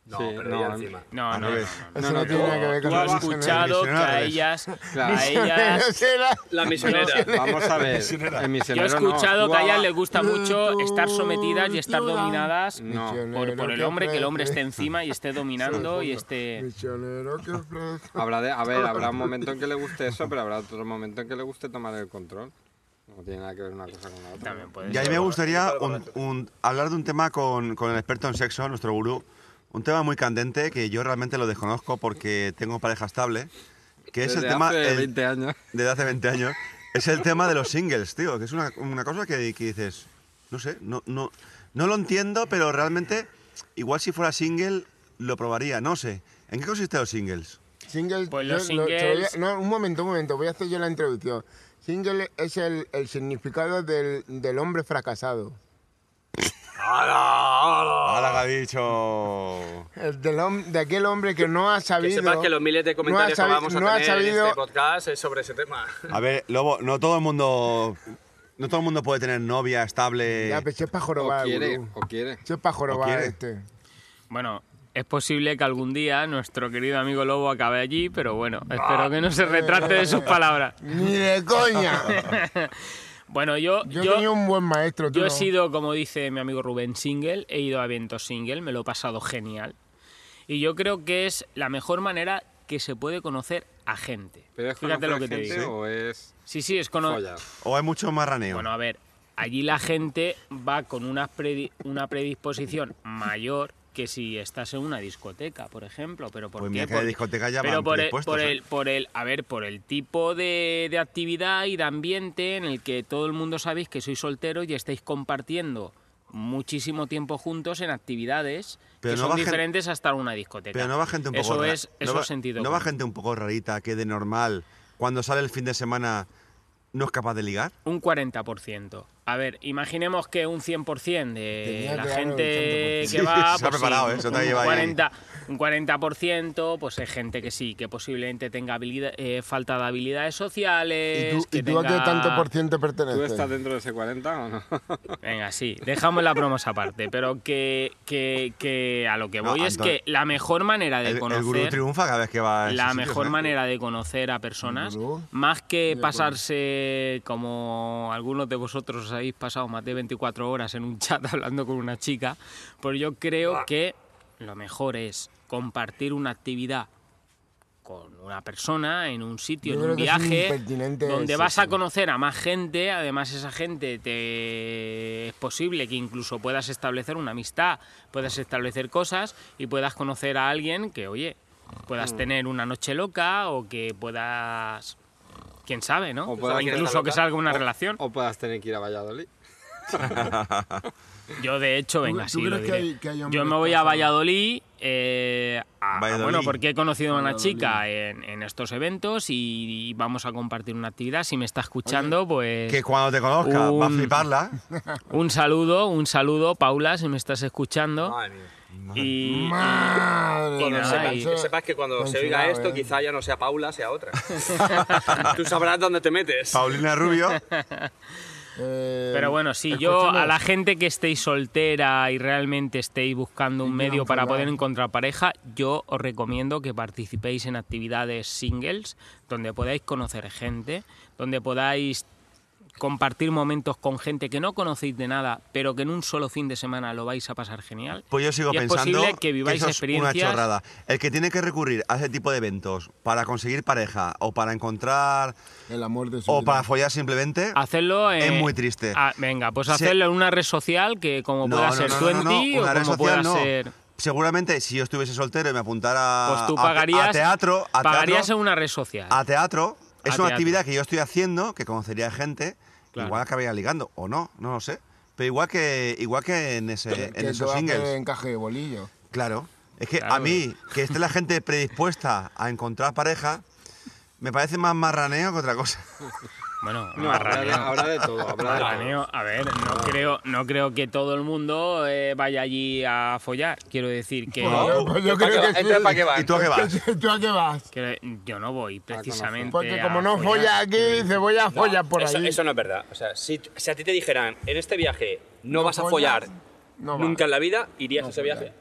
No,
Sí,
pero
no,
ella
al-
encima.
No,
Al
Ah, no, no,
revés.
no, no.
Eso no, tiene nada que ver con
Tú has
la misionera.
escuchado que
misionero al
a
revés.
ellas,
Claro.
a ellas,
Será-
La misionera.
quiere. Vamos a ver. el
yo he
misionero no,
escuchado
tú
que a ellas
aba-
les gusta mucho estar sometidas y estar dominadas
No.
por, por el hombre, que el hombre esté encima y esté dominando y este esté...
Misionero que ofrece.
Habrá de- a ver, habrá un momento en que le guste eso, pero habrá otro momento en que le guste tomar el control. No tiene nada que ver una cosa con la otra.
También puede
Y ahí me gustaría un- un- hablar de un tema con, con el experto en sexo, nuestro gurú. Un tema muy candente que yo realmente lo desconozco porque tengo pareja estable. Que es
Desde
el tema.
hace
el-
20 años.
desde hace 20 años. Es el tema de los singles, tío. Que es una, una cosa que, que dices. No sé, no, no, no lo entiendo, pero realmente. Igual si fuera single, lo probaría. No sé. ¿En qué consisten los singles?
Single,
Pues los
yo lo- te voy a-
singles-
no, un momento, un momento, voy a hacer yo la introducción. Single es el, el significado del, del hombre fracasado.
¡Hala, que ha dicho!
El del hom- de aquel hombre que no ha
Que
sabido.
sepas que los miles de
no ha
comentarios
sabi-
que vamos a
no ha
tener en
sabido-
este podcast
Es sobre ese tema.
A ver, Lobo, no todo el mundo. No todo el mundo puede tener novia estable.
Eh, Ya, pero si es para
O
jorobar, al
quiere,
gurú.
o quiere.
Si es para jorobar
quiere.
este.
Bueno, es posible que algún día nuestro querido amigo Lobo acabe allí, pero bueno, espero que no
Ah.
se retrate de sus palabras.
Ni de coña.
Bueno, yo,
Yo,
yo,
tenía un buen maestro. tú
yo he
no.
sido, como dice mi amigo Rubén, single, he ido a eventos single, me lo he pasado genial. Y yo creo que es la mejor manera que se puede conocer a gente.
Pero es
Fíjate lo que te
conocer gente
digo. ¿eh?
o es
Sí, sí, es conocer...
follar.
O hay mucho marraneo.
Bueno, a ver, allí la gente va con una, predi- una predisposición mayor que si estás en una discoteca, por ejemplo. Pero por
Pues
qué?
mira que de
Porque-
discoteca ya
pero
van
por el,
predispuestos,
por
¿eh?
el, por el, a ver, por el tipo de, de actividad y de ambiente en el que todo el mundo sabéis que sois solteros y estáis compartiendo muchísimo tiempo juntos en actividades
Pero
que
no
son
va gen-
diferentes hasta una discoteca.
Pero no va gente un poco
Eso
ra-
es,
no
eso
va-
es sentido.
¿No va
común.
gente un poco rarita que de normal, cuando sale el fin de semana, no es capaz de ligar?
Un 40%. A ver, imaginemos que un 100% de
Tenía
la
claro el
gente
100%.
que va...
Sí, se
pues
ha preparado,
sí,
¿eh? Se te ha
un,
llevado ahí.
40, un 40%, pues es gente que sí, que posiblemente tenga habilida- eh, falta de habilidades
¿Y
sociales,
tú,
que
y tú a qué
tenga-
tanto por ciento
¿Tú estás
perteneces?
dentro de ese 40 o no?
Venga, sí, dejamos las bromas aparte, pero que, que, que a lo que
No,
voy es
Antonio,
que la mejor manera de
El, el gurú
conocer...
triunfa cada vez que va a esos
la
sitios,
mejor
¿eh?
manera de conocer a personas,
Gurú.
más que pasarse como algunos de vosotros os habéis pasado más de 24 horas en un chat hablando con una chica, pues yo creo
Ah.
que lo mejor es compartir una actividad con una persona en un sitio,
Yo
en un
creo que es un
viaje,
impertinente
donde
es
vas a
eso.
conocer a más gente, además esa gente te es posible que incluso puedas establecer una amistad, puedas establecer cosas y puedas conocer a alguien que, oye, puedas tener una noche loca o que puedas quién sabe, ¿no?
O puedas
incluso que
estar
salga una
loca,
relación.
O puedas tener que ir a Valladolid.
Yo de hecho, venga,
tú
sí lo
crees que
diré.
hay- que hay
Yo
hombres
me voy a
casados?
Valladolid, eh, a- a-
Valladolid.
bueno, porque he conocido a una chica en, en estos eventos y, y vamos a compartir una actividad. Si me está escuchando, pues
Que cuando te conozca va a
Un-
fliparla.
un saludo, un saludo, Paula, si me estás escuchando.
Madre mía.
Y,
Madre
Y
Cuando
nada,
sepas,
y-
que sepas que cuando se oiga
Consulado,
esto,
eh.
quizá ya no sea Paula, sea otra. Tú sabrás dónde te metes.
Paulina Rubio.
Eh,
Pero bueno, sí, yo
escúchame.
a la gente que estéis soltera y realmente estéis buscando un medio para poder encontrar pareja, yo os recomiendo que participéis en actividades singles, donde podáis conocer gente, donde podáis compartir momentos con gente que no conocéis de nada, pero que en un solo fin de semana lo vais a pasar genial.
Pues yo sigo
Y es
pensando
posible que viváis
eso es
experiencias-
una chorrada. El que tiene que recurrir a ese tipo de eventos para conseguir pareja o para encontrar
El amor de su
o
vida.
para follar simplemente,
Hacerlo en-
Es muy triste.
Ah, venga, pues
Se-
hacerlo en una red social que como pueda ser
no, no,
20
una
o
red
como
social
pueda
no.
ser...
Seguramente si yo estuviese soltero y me apuntara
Pues tú
a-
pagarías,
a, teatro, a
pagarías
teatro,
en una red social.
a teatro,
A
es una
teatro.
actividad que yo estoy haciendo que conocería gente,
Claro.
igual acabaría ligando o no, no lo sé. Pero igual que igual que en ese
Que
en
tú
esos
haces
singles.
encaje de bolillo.
Claro. Es que a
Claro.
mí, que esté la gente predispuesta a encontrar pareja, me parece más marraneo que otra cosa.
Bueno,
No, habrá,
marraneo.
habrá de todo, habrá de todo.
Marraneo, a ver, no creo, no creo que todo el mundo eh, vaya allí a follar. Quiero decir que,
Bueno, pues yo
¿Para
creo
qué
que
va-
sí.
entonces, ¿para qué va?
¿Y tú a qué vas?
¿Tú a qué vas?
que yo no
Ah,
voy precisamente.
Porque
a
como no
follar.
folla aquí, dice voy a
No,
follar por
eso,
ahí.
eso no es verdad. O sea, si, si a ti te dijeran, en este viaje no,
No
vas a
follas,
follar
no vas.
nunca en la vida, ¿irías a ese viaje?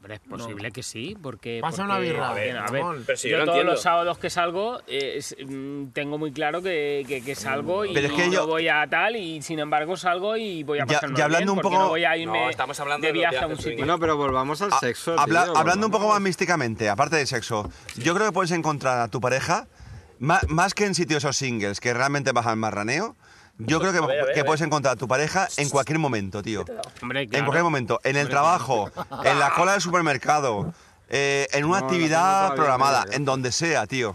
Hombre, es posible que sí, porque.
Pasa
porque-
una birra,
A ver, a ver,
Ramón.
Pero si yo
yo,
lo
todos
entiendo.
los sábados que salgo, eh, es- mm, tengo muy claro que, que- que
Mm.
salgo y
Pero es que
no
yo-
voy a tal, y sin embargo salgo y voy a
Ya-
pasar
ya hablando un poco-
no voy a irme
No, estamos hablando
de
de los
viaje a un
viajes
sitio.
Bueno, pero volvamos al
A-
sexo.
Ah, habla-
tío,
hablando un
volvamos.
poco más místicamente, aparte de sexo, yo creo que puedes encontrar a tu pareja, ma- más, que en sitios o singles, que realmente vas al marraneo, yo creo que,
ver, Pues, a ver,
que
a ver.
puedes encontrar a tu pareja en cualquier momento, tío.
Hombre,
En
claro.
cualquier momento, en el trabajo, en la cola del supermercado, eh, en
No, la
una
tengo
actividad
todavía,
programada,
todavía.
en donde sea, tío.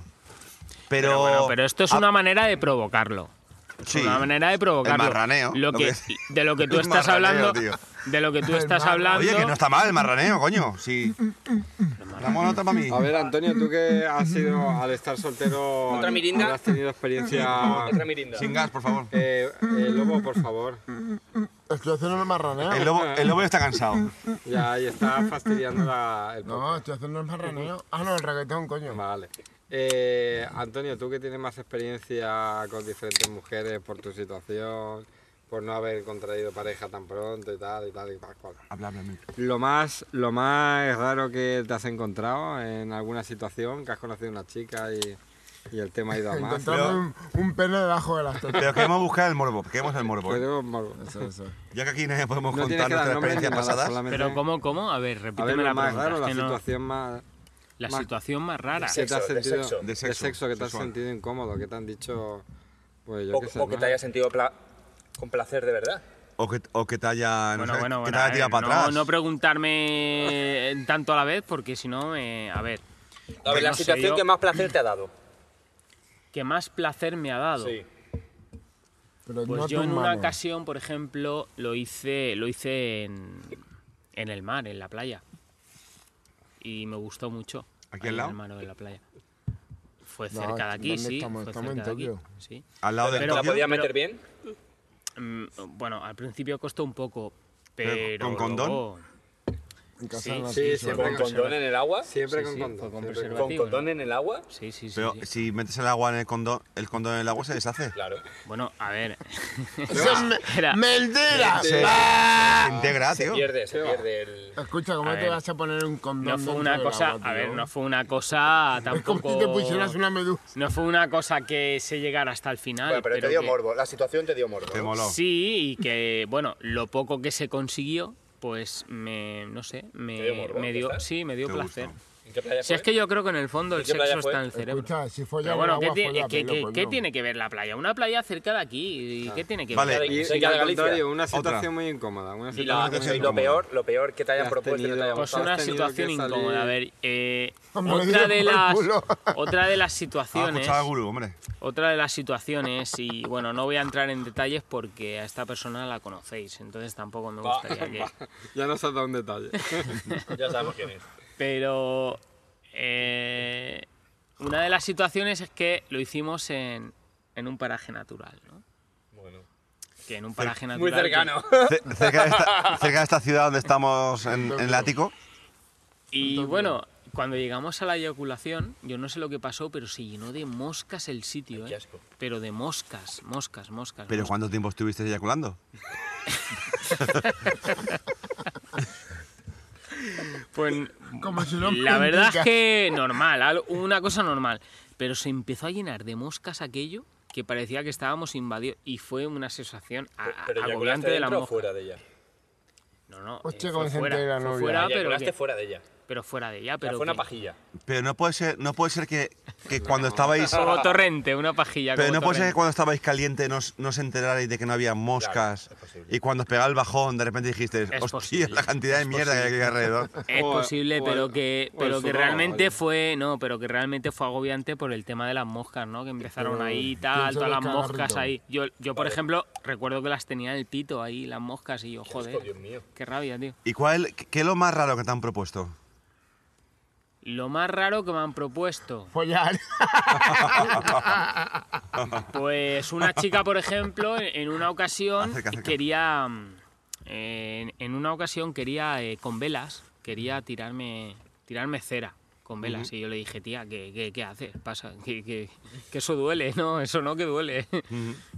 Pero,
Pero, bueno, pero esto es
Ah,
una manera de provocarlo. Es
Sí.
una manera de provocarlo.
El marraneo,
Lo
lo
que,
que-
de lo que tú
El
estás
marraneo,
hablando.
tío.
De lo que tú estás hablando.
Oye, que no está mal el marraneo, coño. Sí. Damos nota para mí.
A ver, Antonio, tú que has sido, al estar soltero,
¿Otra mirinda?
has tenido experiencia...
Otra mirinda.
Sin gas, por favor.
Eh, eh, Lobo, por favor.
Estoy haciendo el marraneo.
El lobo, el lobo está cansado.
Ya, ahí está fastidiando la, el
No, estoy haciendo el marraneo. Ah, no, el reggaetón, coño.
Vale. Eh, Antonio, tú que tienes más experiencia con diferentes mujeres por tu situación, por no haber contraído pareja tan pronto y tal, y tal, y tal cual.
Habla, habla, habla.
Lo más, lo más raro que te has encontrado en alguna situación, que has conocido una chica y, y el tema ha ido a más.
Encontrarme un, un pene debajo de las tetas.
Pero queremos buscar el morbo, queremos el morbo. ¿eh?
Pero, bueno,
Eso, eso.
Ya que aquí no podemos
No tienes
contar
que dar
nuestras
nombre ni
experiencias
nada,
pasadas.
solamente-
Pero ¿cómo, cómo? A ver,
A
repíteme
ver, lo
la
más
pregunta.
raro,
es
la
que no-
situación más...
la
más-
situación más rara.
que te has
Sexo, de
sentido-
sexo.
De sexo,
que te has
sexual.
sentido incómodo, que te han dicho... Pues yo
O,
qué sé,
o que
¿no?
te hayas sentido pla- con placer de verdad.
O que, o que te haya, no
Bueno,
sé,
bueno,
que
bueno.
te
a
haya
ver,
tirado para
no,
atrás.
no preguntarme tanto a la vez, porque si no, eh, a ver,
A ver,
no
la
sé,
situación
yo-
que más placer te ha dado.
¿qué más placer me ha dado?
Sí.
Pero
Pues
no
yo
tus
en una
manos.
ocasión, por ejemplo, lo hice, lo hice en, en el mar, en la playa. Y me gustó mucho. ahí
¿Aquí al
en
lado?
el mar o en la playa. Fue
No,
cerca de aquí,
¿dónde
sí.
estamos?
fue
Estamos
cerca
en
de aquí,
Tokio.
sí.
Al lado de
Pero-
¿La
Tokio.
podías meter bien?
Mm, Bueno, al principio costó un poco,
Pero,
pero...
¿con condón?
luego-
En casa
Sí,
no
sí,
piso.
siempre
¿Con condón en el agua?
Siempre
Sí,
con
sí, fue
condón.
con
siempre
preservativo.
¿Con condón en el agua?
Sí, sí, sí.
Pero
sí.
si metes el agua en el condón, el condón en el agua se deshace.
Claro.
Bueno, a ver...
Eso es me-
Era-
¡Mentira!
Ah, Se, se integra, tío.
Pierde, se pierde el...
Escucha, ¿cómo
A
te
ver.
vas a poner un condón?
No fue
dentro
una
del
cosa...
agua,
A ver,
tío?
no fue una cosa
Es como
tampoco...
si te pusieras una medusa.
No fue una cosa que se llegara hasta el final.
Bueno, pero, te
pero
dio
que-
morbo, la situación te dio morbo.
Te
¿no?
moló.
Sí, y que, bueno, lo poco que se consiguió, pues me, no sé,
¿Te dio
me,
morbo,
me dio,
quizás?
sí, me dio
Te
placer.
gustó. Ah, pues
¿En qué playa
Si es
fue?
que yo creo que en el fondo el
¿Y qué playa
sexo
fue?
está en el cerebro.
Escucha, si
Pero
follas
bueno,
en
¿qué,
el
ti-
agua, folla
qué-
pelo,
qué-
coño.
qué tiene que ver la playa? Una playa cerca de aquí, ¿y ¿qué tiene que
Vale,
ver?
Y,
Cerca
y
de
al
Galicia.
contrario, una
Otra.
situación muy incómoda. Una
Y, la-
situación muy
y lo
incómoda.
peor, lo peor que te hayan
has
propuesto y que te
tenido-
haya
Pues
gustado.
una
has tenido
situación
que salir-
incómoda. A ver, eh,
Me lo
otra,
dices
de
por el
las,
culo.
otra de las
Ah,
situaciones...
escuchaba Guru, hombre.
Otra de las situaciones, y bueno, no voy a entrar en detalles porque a esta persona la conocéis, entonces tampoco me gustaría que... pues
Ya nos has dado un detalle.
Ya sabemos quién es.
Pero eh, una de las situaciones es que lo hicimos en, en un paraje natural, ¿no? Que en un paraje natural.
Muy
pues,
cercano.
Ce- cerca, de esta, cerca de esta ciudad donde estamos en, en el ático.
Y bueno, cuando llegamos a la eyaculación, yo no sé lo que pasó, pero se llenó de moscas el sitio, ¿eh?
asco.
Pero de moscas, moscas, moscas.
Pero ¿cuánto tiempo estuviste eyaculando?
moscas. Pues,
Como si lo
la verdad es
mendigas.
que normal, al- una cosa normal. Pero se empezó a llenar de moscas aquello que parecía que estábamos invadidos y fue una sensación a- a-
Pero eyaculaste
agobiante de la
dentro o
mosca.
fuera de ella.
No, no, eh,
Hostia,
fue
cómo se
fuera,
entera,
fue
novia.
fuera, Ah, pero,
eyaculaste
que-
fuera de ella.
pero fuera de ella,
Ya
pero
fue una
que-
pajilla.
Pero no puede ser, no puede ser que, que cuando estabais.
como torrente, una pajilla.
Pero
como
no puede ser que
torrente.
cuando estabais caliente no, os- no os enterarais de que no había moscas. y cuando os pegaba el bajón, de repente dijiste, hostia,
posible,
la cantidad de mierda que hay aquí alrededor.
Es
O-
posible,
o
pero
el-
que,
o el
pero que
zurrón,
realmente
vale.
fue, no, pero que realmente fue agobiante por el tema de las moscas, ¿no? Que empezaron
Pero
ahí y tal,
piensa
todas
en
las
el
moscas
cagarrito.
ahí. Yo, yo por ejemplo, recuerdo que las tenía en el pito ahí, las moscas, y yo, joder,
Dios mío.
qué rabia, tío.
¿Y cuál, qué es lo más raro que te han propuesto?
Lo más raro que me han propuesto,
Follar.
pues una chica, por ejemplo, en, en una ocasión
Acerca, acerca.
quería, mm, en, en una ocasión quería eh, con velas, quería tirarme, tirarme cera con velas y yo le dije, tía, ¿qué, qué, qué haces? Pasa, que, que- que eso duele, ¿no? Eso no, que duele.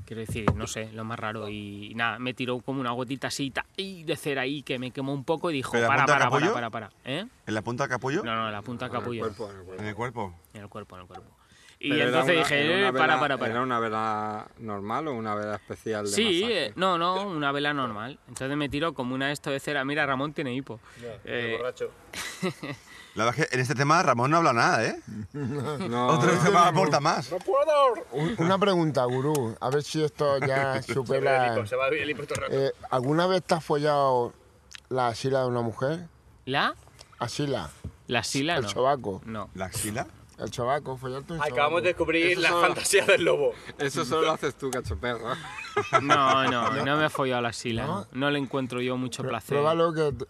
Quiero decir, no sé, lo más raro. Y, nada, me tiró como una gotita así ta- y de cera ahí que me quemó un poco y dijo,
¿Pero la
para,
punta del
para, para,
capullo?
para, para. ¿Eh?
¿En la punta del capullo?
No, no, la punta capullo.
Cuerpo, en el cuerpo.
¿En el cuerpo?
En el cuerpo, en el cuerpo. Y
Pero era
entonces
una-
dije,
era una
eh, para,
vela-
para, para.
¿Era una vela normal o una vela especial de
Sí,
masaje?
eh, no, no, una vela normal. Entonces me tiró como una de esto de cera. Mira, Ramón tiene hipo. Eh,
Borracho.
La verdad es que en este tema Ramón no habla nada, ¿eh?
No,
Otro tema aporta más.
Una pregunta, gurú. A ver si esto ya supera.
Se va a el hipo todo el rato.
Eh, ¿Alguna vez te has follado la axila de una mujer?
¿La?
Axila,
La sila,
el
no.
chobaco.
No.
¿La axila?
El chobaco, follarte un
Acabamos de
chobaco.
descubrir
Eso
la
son-
fantasía del lobo.
Eso solo lo haces tú, cachoperro.
No, no, no me he follado la sila. No, No le encuentro yo mucho
Pr-
placer.
Pruébalo que t-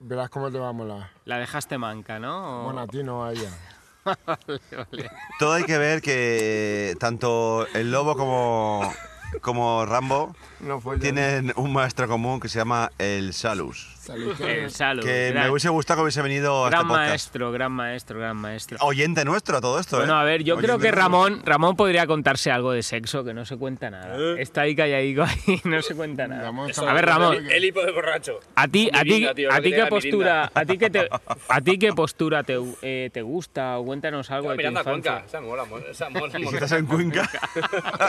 verás cómo te va a molar.
La dejaste manca, ¿no? O-
Bueno, a ti no, a ella.
Vale, vale.
Todo hay que ver que tanto el lobo como, como Rambo
No follan.
tienen un maestro común que se llama el Salus.
El Eh, salud.
Que
gran,
me hubiese gustado que hubiese venido a este
gran
podcast.
maestro, gran maestro, gran maestro.
Oyente nuestro todo esto,
Bueno,
¿eh?
a ver, yo creo
Oyente
que
nuestro.
Ramón, Ramón podría contarse algo de sexo, que no se cuenta nada. Está ahí calladico ahí, no se cuenta nada.
Ramón está
A ver, Ramón,
El hipo de borracho.
A ti, a ti,
Mirinda, tío,
a
lo
ti
que
qué
tenga
postura, a ti qué te, a ti qué postura te, eh, te gusta, o cuéntanos
Estaba
algo de tu
mirando a Cuenca.
infancia.
Esa mola, mo- esa mola.
Y
mola.
si estás en Cuenca,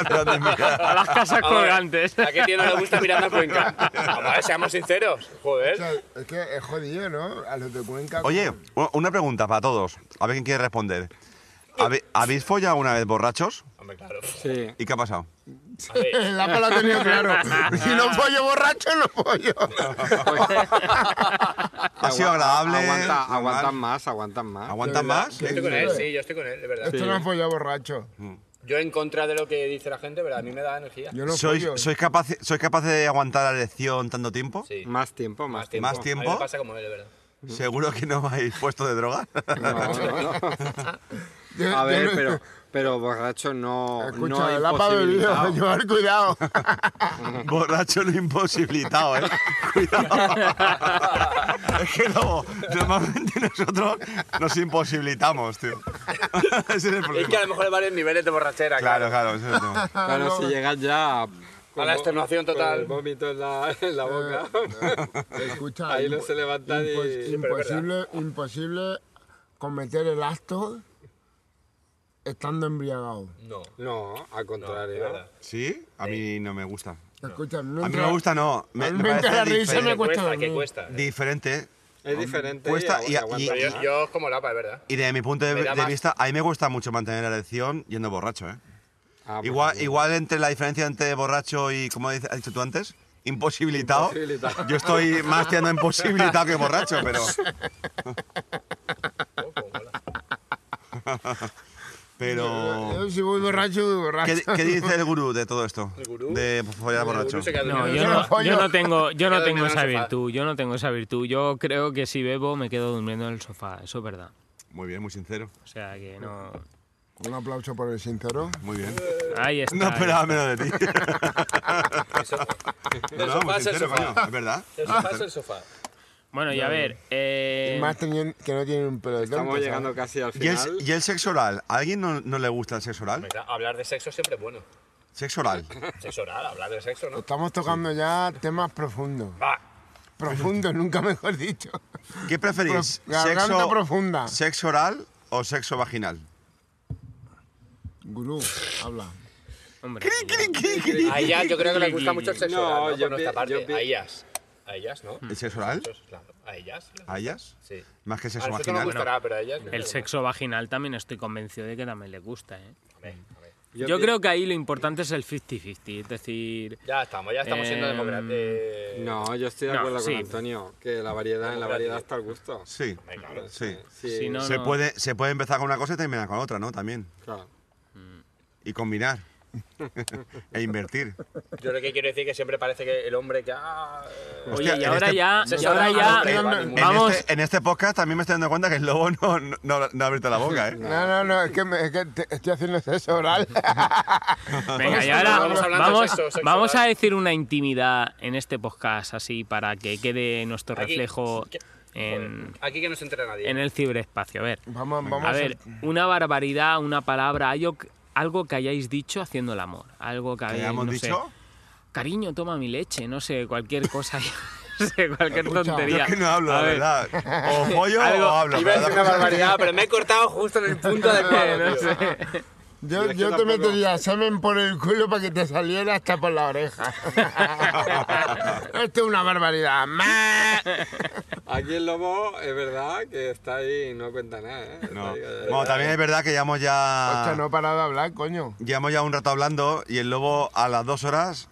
te han de mirar.
A las casas
Ahora,
colgantes.
¿A qué tío no le gusta mirando a Cuenca? Vamos, a ver, seamos sinceros.
O
Joder.
sea, es que es jodido, ¿no? A los de Cuenca.
Oye,
como-
u- una pregunta para todos. A ver quién quiere responder. ¿Habe- ¿Habéis follado una vez borrachos?
Hombre, claro.
Sí.
¿Y qué ha pasado?
La pala ha tenido claro. Si no pollo borracho, no pollo.
¿Ha sido agradable?
Aguanta,
normal?
aguantan más, aguantan más.
¿Aguantan más?
Yo estoy con él, sí, yo estoy con él, de verdad.
Esto no es pollo borracho.
Yo en contra de lo que dice la gente, pero a mí me da energía.
Yo no
¿Sois,
follo. ¿eh?
sois capaces sois capaces de aguantar la elección tanto tiempo?
Sí.
Más tiempo, más, tiempo.
¿Más
A mí me
tiempo?
pasa como él, de verdad.
¿Seguro que no me habéis puesto de droga?
Yo-
A
yo
ver,
no-
pero, pero borracho no.
Escucha,
no
el APA bebido,
imposibilitado.
llevar cuidado.
Borracho no imposibilitado, ¿eh? Cuidado. Es que no, normalmente nosotros nos imposibilitamos, tío. Ese es el
Es que a
problema.
lo mejor hay varios niveles de borrachera.
Claro, claro, ese es el tema.
Claro, si llegas ya.
A la extenuación total.
El vómito en la, en la boca.
Escucha,
Ahí no
impo-
se levanta ni.
impos- imposible, imposible cometer el acto estando embriagado.
No.
No, al contrario.
¿Sí? A mí no me gusta.
Escucha, Eh, no
A mí
entra-
no me gusta, no.
a
Me,
mí
me
me entra la
parece
risa, me cuesta
diferente.
Cuesta, que
dormir.
cuesta.
diferente.
es diferente.
Cuesta y-
y, agu-
y-
aguantas
Pero yo,
más.
yo como lapa, de verdad.
Y desde mi punto de,
Me da
de
más-
vista, a mí me gusta mucho mantener la elección yendo borracho, ¿eh?
Ah, pues
Igual,
sí.
igual entre la diferencia entre borracho y, como dices- has dicho tú antes, imposibilitado.
Imposibilitado.
Yo estoy más tirando a imposibilitado que borracho, pero... Pero.
Yo eh, si voy borracho, voy borracho.
¿Qué, qué dice el gurú de todo esto? ¿El
gurú?
De follar borracho.
se queda
No,
durmiendo.
yo
no
no, yo
follo.
no tengo, yo no tengo
Queda durmiendo en
esa
el sofá.
virtud, yo no tengo esa virtud. Yo creo que si bebo me quedo durmiendo en el sofá, eso es verdad.
Muy bien, muy sincero.
O sea que no.
Un aplauso por el sincero.
Muy bien.
Ahí está.
No esperaba menos de ti.
Del
No,
sofá
muy
es el
sincero,
sofá.
coño. Es verdad.
Del sofá es el sofá.
Bueno, y a ver, eh,
Más teniendo, que no tienen un pelo de tonto,
Estamos
¿sabes?
llegando casi al
¿Y el,
final.
y el sexo oral? ¿A alguien no, no le gusta el sexo oral?
Venga, hablar de sexo siempre es bueno.
Sexo oral.
Sexo oral, hablar de sexo, ¿no?
Estamos tocando ya temas profundos.
Va.
Profundos, nunca mejor dicho.
¿Qué preferís?
Pro- garganta profunda.
¿Sexo oral o sexo vaginal?
Gurú, habla.
hombre,
A ellas yo creo que les gusta mucho el sexo
No,
oral, ¿no?
yo
Por nuestra
pi-
parte.
yo pi-
A ellas. A ellas, ¿no?
¿El sexo oral?
Claro, a ellas.
Ah,
Ah,
¿A ellas?
Sí.
Más que
A
sexo
nosotros nos
vaginal.
gustará, pero a ellas...
el sexo vaginal también estoy convencido de que también le gusta, ¿eh? Yo,
pi-
creo que ahí lo importante es el 50-50, es decir,
Ya estamos, ya estamos siendo eh,
Eh,
democráticos.
No, yo estoy de
No,
acuerdo
sí.
con Antonio, que la variedad, en la variedad está el gusto.
Sí. Sí.
Sí,
si no,
Se,
no-
Puede, se puede empezar con una cosa y terminar con otra, ¿no? También.
claro.
Y combinar. e invertir.
Yo lo que quiero decir es que siempre parece que el hombre que... ah, eh,
Oye,
Hostia,
y
en
ahora
este-
ya,
se
y
está
ahora ya,
dando
eh,
ánimo.
En
vamos,
este, en este podcast también me estoy dando cuenta que el lobo no, no, no, no ha abierto la boca, ¿eh?
No, no, no, es que, me- es que te- estoy haciendo sexo oral.
venga, y
Vamos
ahora
hablando de
vamos,
sexo, sexo
vamos a
oral.
decir una intimidad en este podcast así para que quede nuestro
Aquí.
reflejo
Que-
en,
Aquí que no se entera nadie.
en el ciberespacio. A ver,
Vamos, vamos.
a ver, una barbaridad, una palabra, algo, que- algo que hayáis dicho haciendo el amor, algo que
¿Que
hayáis,
ya hemos
no sé,
dicho?
cariño, toma mi leche, no sé, cualquier cosa, no sé, cualquier
Yo
tontería.
es que no hablo,
A
la
ver,
verdad. O pollo
Algo-
o hablo.
Iba a
pero
decir
la-
una barbaridad, pero me he cortado justo en el punto de
no sé.
Yo,
es que
yo te
tampoco-
metería semen por el culo para que te saliera hasta por la oreja. Esto es una barbaridad.
Ah.
¡Más!
Aquí el lobo es verdad que está ahí y no cuenta nada, ¿eh? Está
No.
ahí, eh,
Bueno, también es verdad que llevamos ya.
Hostia, no he parado de hablar, coño.
Llevamos ya un rato hablando y el lobo a las dos horas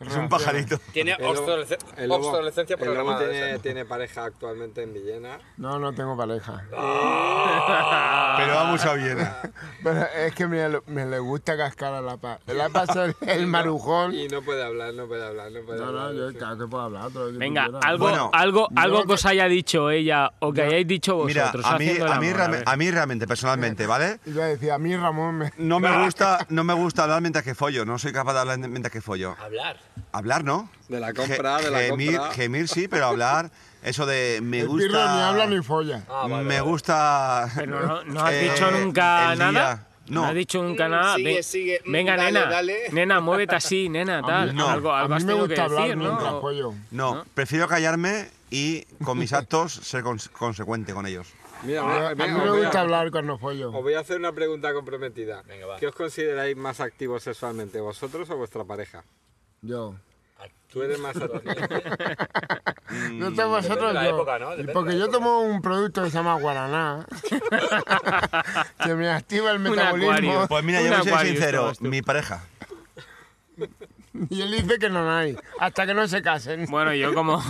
es un pajarito.
Tiene
el lobo-
obsolesc-
el lobo-
obsolescencia
el lobo
programada.
tiene,
esa.
tiene pareja actualmente en Villena.
No, no tengo pareja.
Pero va mucho a Viena.
Pero es que me, me le gusta cascar a la paz. La paz es el marujón.
Y no puede hablar, no puede hablar, no puede
No,
hablar.
no, yo claro que puedo hablar. todo lo que
Venga,
tú quieras.
algo,
Bueno,
algo, algo
yo-
que os haya dicho ella o que hayáis dicho
Mira,
vosotros.
a mí,
haciendo el
a, mí,
amor,
realme-
ver.
a mí realmente, personalmente, ¿vale?
Y Yo decía, a mí Ramón me...
No me gusta, no me gusta hablar mientras que follo, no soy capaz de hablar mientras que follo.
Hablar.
Hablar, ¿no?
De la compra,
Ge-
de la
gemir,
compra.
Gemir sí, pero hablar, eso de me
El
gusta.
pirro ni habla ni folla.
Ah, vale,
me
vale.
gusta.
Pero no, no has
eh,
dicho nunca
el día.
nada. No.
No.
has dicho nunca
Mm,
nada.
sigue,
Ven-
sigue. Mm,
Venga,
dale,
nena.
dale.
Nena, muévete así, nena, tal.
no.
Algo, algo
a
has
mí me
tenido
gusta
que
hablar
decir,
mientras
¿no?
follo.
No, prefiero callarme y con mis actos ser cons- consecuente con ellos.
Mira,
A,
Ah,
mira,
Ah,
a mí
mira,
me
os voy a-
gusta hablar cuando
Os
follo.
voy a hacer una pregunta comprometida.
Venga, va.
¿Qué os consideráis más activos sexualmente, vosotros o vuestra pareja?
Yo.
Ah,
Tú eres más activo.
No sé vosotros,
de la
yo.
época, ¿no? Depende
Y porque
de la
yo
época.
tomo un producto que se llama guaraná. que me activa el metabolismo.
acuario.
Pues mira,
Un
yo voy a ser
Aquarius
sincero,
tomas tú.
mi pareja.
Y él dice que no hay. Hasta que no se casen.
Bueno, yo como.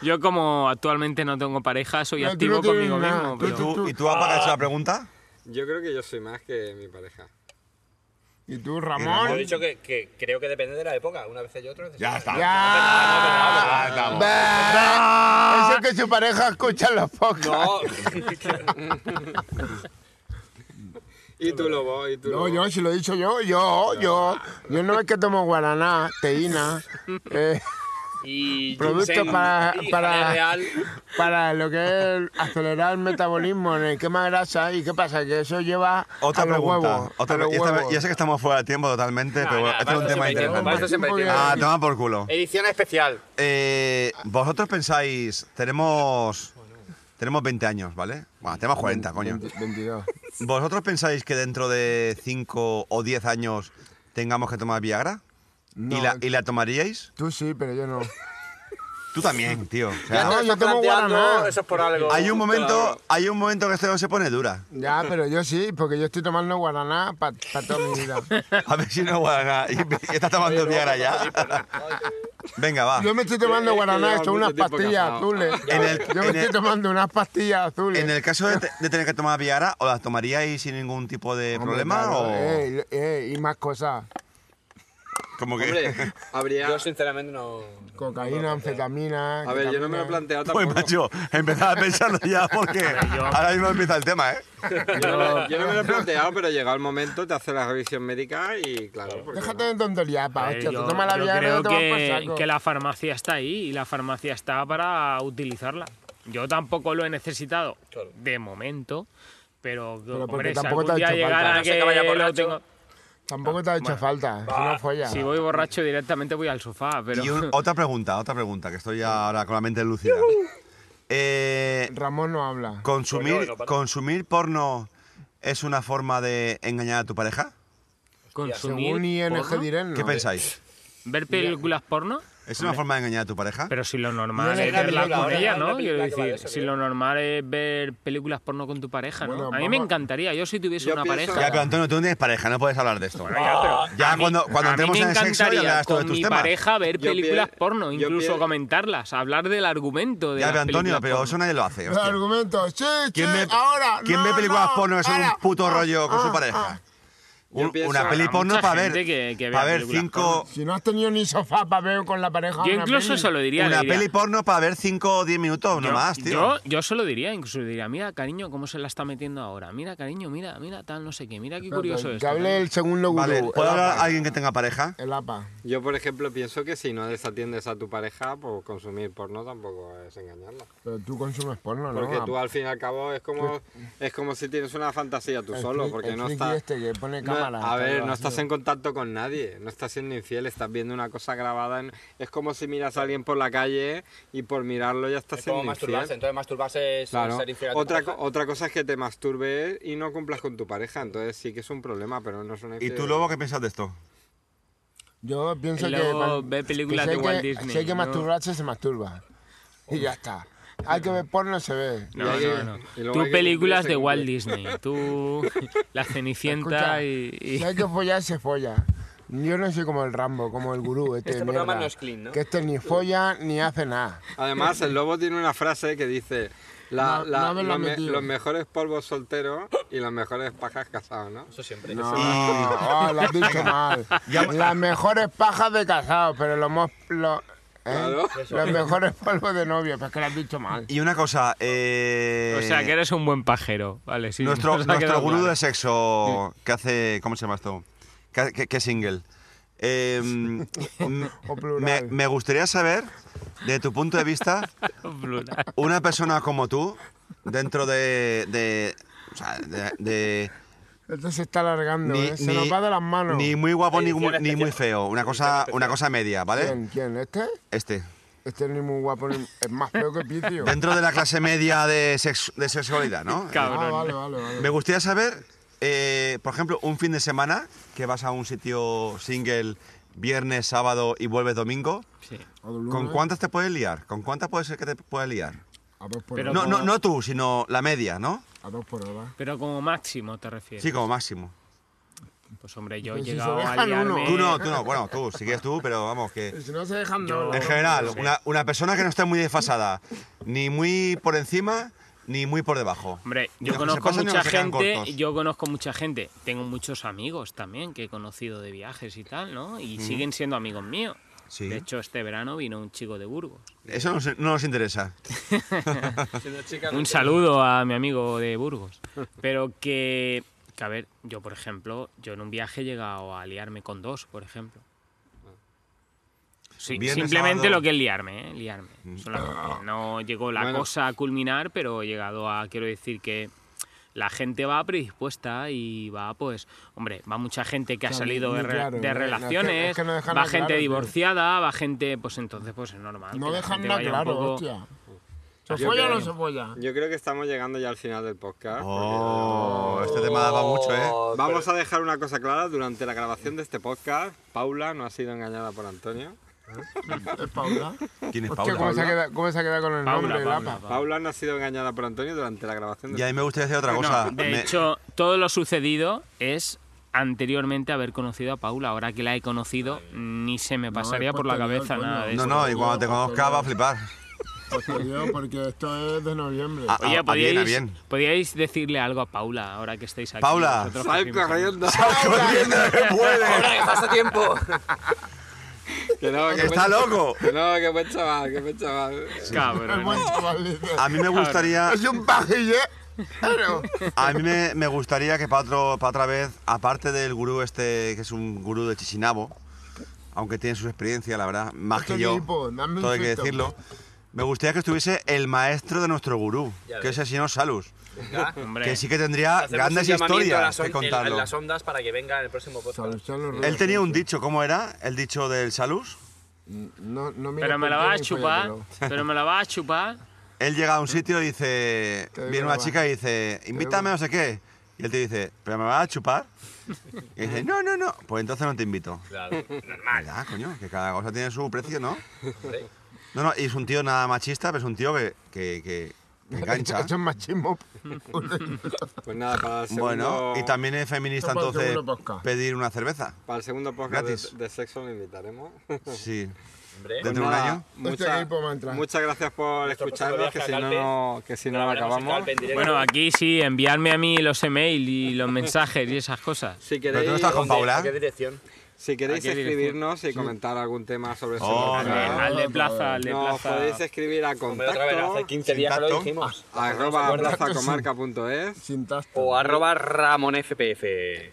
Yo como actualmente no tengo pareja, soy
No, tú
activo
no tienes
conmigo
nada.
mismo.
Tú-
pero-
¿Tú, ¿Y tú apagas la pregunta?
Yo creo que yo soy más que mi pareja.
¿Y tú,
Yo he
Ramón?
dicho que, que creo que depende de la época, una vez y otra.
Ya está.
¡Ya!
estamos.
¡Bah! Eso que su pareja escucha los podcasts.
No,
Oh.
Y tú, Lobo, y tú,
No,
Lobo.
yo, si lo he dicho yo, yo, yo. Yo no es que tomo guaraná, teína, eh,
y
Producto
ginseng,
para-
y
para-
jalea real.
para lo que es acelerar el metabolismo en el quema de grasa. ¿Y qué pasa? Que eso lleva Ah,
Otra
a los
pregunta.
huevos.
otra
a los
pre- ya, está-
huevos.
ya sé que estamos fuera de tiempo totalmente, pero
Nah,
bueno,
nah,
este es un
basta
tema
siempre hay tiempo, basta
interesante.
siempre hay
Muy
tiempo.
Ah, toma por culo.
Edición especial.
Eh, Vosotros pensáis, tenemos. Tenemos 20 años, ¿vale? Bueno, tenemos 40, coño.
22.
¿Vosotros pensáis que dentro de 5 o 10 años tengamos que tomar Viagra? ¿Y,
No. eh.
la, ¿Y la tomaríais?
Tú sí, pero yo no.
Tú también, tío. O sea,
No, yo
Está
tomo
planteando,
guaraná.
Eso es por algo.
hay un momento, hay un momento que esto se pone dura.
Ya, pero yo sí, porque yo estoy tomando guaraná para toda mi vida.
A ver si no guarda. Y y está tomando Viagra ya. Venga, va.
Yo me estoy tomando
Es que
guaraná,
lleva
esto unas
mucho tiempo
pastillas
casado.
azules.
En el-
Yo me
en el-
estoy tomando unas pastillas azules.
En el caso de, te- de tener que tomar Viagra, ¿o las tomaríais sin ningún tipo de
Hombre,
problema?
claro,
o
eh, eh, y más cosas.
como que...
Hombre, habría...
Yo sinceramente no...
Cocaína, anfetamina.
A ver, yo no me lo he planteado tampoco.
Pues macho, empezaba a pensarlo ya porque ahora mismo empieza el tema, ¿eh?
Yo no, me- yo no me lo he planteado, pero llega el momento, te hace la revisión médica y claro. porque
Déjate de tonterías, pa.
A ver,
hostia,
eh, yo-
tú toma la
yo
Viagra y
creo
te vas por
que,
saco.
que la farmacia está ahí y la farmacia está para utilizarla. Yo tampoco lo he necesitado de momento, pero,
porque
hombre, si
tampoco te
algún
ha
día
hecho
llegara
falta.
que,
No sé que vaya
lo
borracho.
tengo-
Tampoco te ha hecho falta. Es una folla.
Ah, Si voy borracho directamente voy al sofá, pero
Y un- otra pregunta, otra pregunta, que estoy ya ahora con la mente lúcida. Eh,
Ramón no habla.
consumir,
Pues no, no pasa.
¿Consumir porno es una forma de engañar a tu pareja?
consumir
Según ING
porno,
Direct, no.
¿Qué pensáis?
eh,
ver películas porno,
¿Es una forma de engañar a tu pareja?
pero si lo normal
No
es
es la
verla
película
con
ahora,
ella,
es una
¿no? Quiero
película que va de
decir,
eso,
si
creo.
lo normal es ver películas porno con tu pareja, ¿no?
Bueno,
A mí me
vamos-
encantaría, yo si tuviese
Yo
una
pienso-
pareja.
Ya, pero Antonio, tú no tienes pareja, no puedes hablar de esto. Ya
A mí-
cuando, cuando
a mí
entremos
me
en el sexo ya
encantaría
hablarás tú de
con
tus
mi
temas.
pareja ver
Yo
películas
pier-
porno,
yo
incluso
pier-
comentarlas, hablar del argumento de
Ya,
las
pero Antonio,
películas
pero
porno.
eso nadie lo hace.
Los
hostia.
argumentos, sí,
¿Quién
sí,
ve,
ahora.
¿quién
no,
ve películas
no,
porno que son un
ahora,
puto
ah,
rollo con
ah,
su pareja?
ah.
Un-
Yo pienso-
una peli
Habrá
porno
mucha
para ver,
gente que- que vea
para ver
películas
cinco,
Si no has tenido ni sofá para ver con la pareja.
Yo
una
incluso
peli.
se lo diría. le
una
diría,
peli porno para ver 5 o 10 minutos, no
yo-
más, tío.
Yo, yo se lo diría, incluso le diría, mira, cariño, cómo se la está metiendo ahora. Mira, cariño, mira, mira, tal, no sé qué. Mira qué curioso es.
Que hable el
uh,
segundo gurú.
Vale,
el
¿puedo hablar
APA.
a alguien que tenga
Eh,
pareja?
El APA.
Yo, por ejemplo, pienso que si no desatiendes a tu pareja, por consumir porno tampoco es engañarla.
Pero tú consumes porno, ¿no? Ah,
Porque tú al fin y al cabo es como, es como si tienes una fantasía tú
El
solo,
friki-
porque
el
no
friki
estás...
este que pone
no-
cámara,
a
está
ver,
grabando.
no estás en contacto con nadie, no estás siendo infiel, estás viendo una cosa grabada. en- es como si miras a alguien por la calle y por mirarlo ya estás
Es como
siendo infiel.
masturbarse, entonces masturbarse es
Claro.
ser infiel a tu
Otra,
pareja.
co- otra cosa es que te masturbes y no cumplas con tu pareja, entonces sí que es un problema, pero no es una
¿Y tú,
infidelidad.
Lobo, qué piensas de esto?
Yo pienso
Y
que.
luego
cuando-
ve películas
que sé
de Walt
que-
Disney,
Si hay que
¿no?
masturbarse, se masturba. Y ya está. Hay que ver porno, se ve.
No,
Y hay que-
no, no.
y luego hay
Tú
que
películas
cumplir,
de
se
Walt
cumple.
Disney, tú La Cenicienta
Escucha,
y, y-
Si hay que follar, se folla. Yo no soy como el Rambo, como el gurú. Este,
Este programa
mierda,
no es clean, ¿no?
Que este ni folla ni hace nada.
Además, el lobo tiene una frase que dice: la-
No-
la-
no me la
los, me-
metió.
los mejores polvos solteros y las mejores pajas casados, ¿no?
Eso siempre.
No, oh, lo has dicho mal. Las mejores pajas de casado, pero los mos- lo- ¿eh?
Claro.
los mejores polvos de novio. Pues que lo has dicho mal.
Y una cosa, eh,
O sea, que eres un buen pajero, ¿vale? Sí,
nuestro,
nos ha
nuestro
quedado
gurú
claro.
de sexo que hace, ¿cómo se llama esto? ¿Qué, qué- qué single? Eh, m-
O plural.
me, me gustaría saber, de tu punto de vista,
Plural.
una persona como tú, dentro de... de o sea, de- de-
Esto se está alargando, ¿eh? Se nos va de las manos.
ni ¿eh? muy guapo ni, muy-
Edición
ni muy
especial.
feo. Una cosa, una cosa media, ¿vale?
¿Quién? ¿Quién? ¿Este?
Este.
Este ni muy guapo, ni... es más feo que Picio.
Dentro de la clase media de, sex- de sexualidad, ¿no?
Ah,
Cabrón.
vale, vale, vale.
Me gustaría saber, eh, por ejemplo, un fin de semana que vas a un sitio single viernes, sábado y vuelves domingo.
Sí.
O de lunes.
¿Con cuántas te puedes liar? ¿Con cuántas puede ser que te puedes liar?
A dos por
Pero-
hora.
No, no, no tú, sino la media, ¿no?
A dos por hora.
Pero como máximo te refieres.
Sí, como máximo.
Pues hombre, yo he
Pues si
llegado
se
a
dejan uno.
liarme...
Tú no, tú no. Bueno, tú, si quieres tú, pero vamos, que...
Si no se dejan
Yo-
En
no,
general,
no sé.
una, una persona que no esté muy desfasada, ni muy por encima, ni muy por debajo.
Hombre,
Ni los
yo
que se
conozco
pasen, ni
mucha
los que se quedan
gente,
cortos.
yo conozco mucha gente, tengo muchos amigos también que he conocido de viajes y tal, ¿no? Y siguen siendo amigos míos.
Sí.
De hecho, este verano vino un chico de Burgos.
Eso no, se- no nos interesa.
Un
pues,
saludo a mi amigo de Burgos. Pero que, que, a ver, yo por ejemplo, yo en un viaje he llegado a liarme con dos, por ejemplo. Sí,
Viernes,
simplemente
sábado.
lo que es liarme, ¿eh? Liarme.
Mm. Ah.
Solamente. No llegó la
Bueno.
cosa a culminar, pero he llegado a, quiero decir que la gente va predispuesta y va, pues, hombre, va mucha gente que ha
Claro,
salido
muy
de, re-
claro,
de
¿no?
relaciones,
Es que no dejan
va
nada
gente
claro, tío.
divorciada, va gente, pues entonces, pues es normal.
No
que la
dejan
gente
nada
vaya un
claro,
poco-
hostia. ¿Se
Yo
folla o
creo-
no se folla?
Yo creo que estamos llegando ya al final del podcast.
Oh, este tema daba mucho, ¿eh?
porque- Vamos a dejar una cosa clara durante la grabación de este podcast. Paula no ha sido engañada por Antonio.
¿Es Paula?
¿Quién es
Hostia,
Paula?
¿cómo se, ha quedado, cómo se ha quedado con el
Paula,
nombre? el
Paula,
APA?
Ah.
Paula.
Paula no ha sido engañada por Antonio durante la grabación de
Y a mí me gustaría decir otra cosa.
No, de
Me-
hecho, todo lo sucedido es anteriormente haber conocido a Paula. Ahora que la he conocido, ni se me pasaría por la
posterior,
cabeza
coño.
nada de
No,
eso.
no, y cuando te conozca va a flipar.
Posterior, porque esto es de noviembre.
Ah,
Oye,
ah,
¿podíais,
bien, ah, bien.
podíais decirle algo a Paula ahora que estáis aquí.
Paula,
vosotros que
¡Sal
firmáis?
corriendo!
corriendo que puede!
¡Pasa tiempo!
Que no, que
¡Está
buen-
loco!
Que no, que buen chaval, que buen chaval.
Cabrón.
Buen chaval, dice.
Ah.
A mí me gustaría,
Es un pajille. Claro.
a mí me, me gustaría que para, otro, para otra vez, aparte del gurú este, que es un gurú de Chisinabo, aunque tiene su experiencia, la verdad, más
Este
que yo,
tipo, dame un
todo hay que
susto.
decirlo, me gustaría que estuviese el maestro de nuestro gurú, que es el señor Salus,
Hombre.
que sí que tendría
Hacemos
grandes
un llamamiento a
historias
las on-
que
en-
contarlo.
En las ondas para que venga en el próximo podcast.
Saluchalo,
Él
Rubén.
tenía un dicho, ¿cómo era? El dicho del Salus.
No, no mires
Pero me la
por ti
vas a
ni
chupar.
fóllatelo.
Pero me la vas a chupar.
Él llega a un sitio y dice,
Te digo
viene
la
una
va-
chica y dice, invítame no sé qué. Y él te dice, pero me vas a chupar. Y dice, no, no, no. Pues entonces no te invito.
Claro.
¿Verdad, coño? Que cada cosa tiene su precio, ¿no? No, no, y es un tío nada machista, pero es un tío que, que, que- que engancha.
Eso es machismo.
Pues nada, para el segundo,
Bueno, y también es feminista
Esto para el
entonces
segundo podcast.
pedir una cerveza.
para el segundo podcast
Gratis.
de, de sexo lo invitaremos. Pues
Sí.
Hombre.
Dentro de un
nada,
año.
Este
Muchas,
equipo va a entrar.
muchas gracias por escucharnos, que
próximo
si
viaje a
no, que si no lo acabamos.
Bueno, aquí sí, enviarme a mí los emails y los mensajes y esas cosas.
Si
Pero tú no
queréis,
estás con Paula.
¿A qué dirección?
si queréis
¿A qué dirección?
escribirnos y comentar algún tema sobre
Oh,
eso,
Al de, al de plaza, al de
nos
plaza.
podéis escribir a
Hombre, otra vez, hace
contacto
15 días que lo
Contacto.
dijimos.
Ah. arroba plazacomarca.es
Sin tacto.
Oh.
O arroba ramonfpf.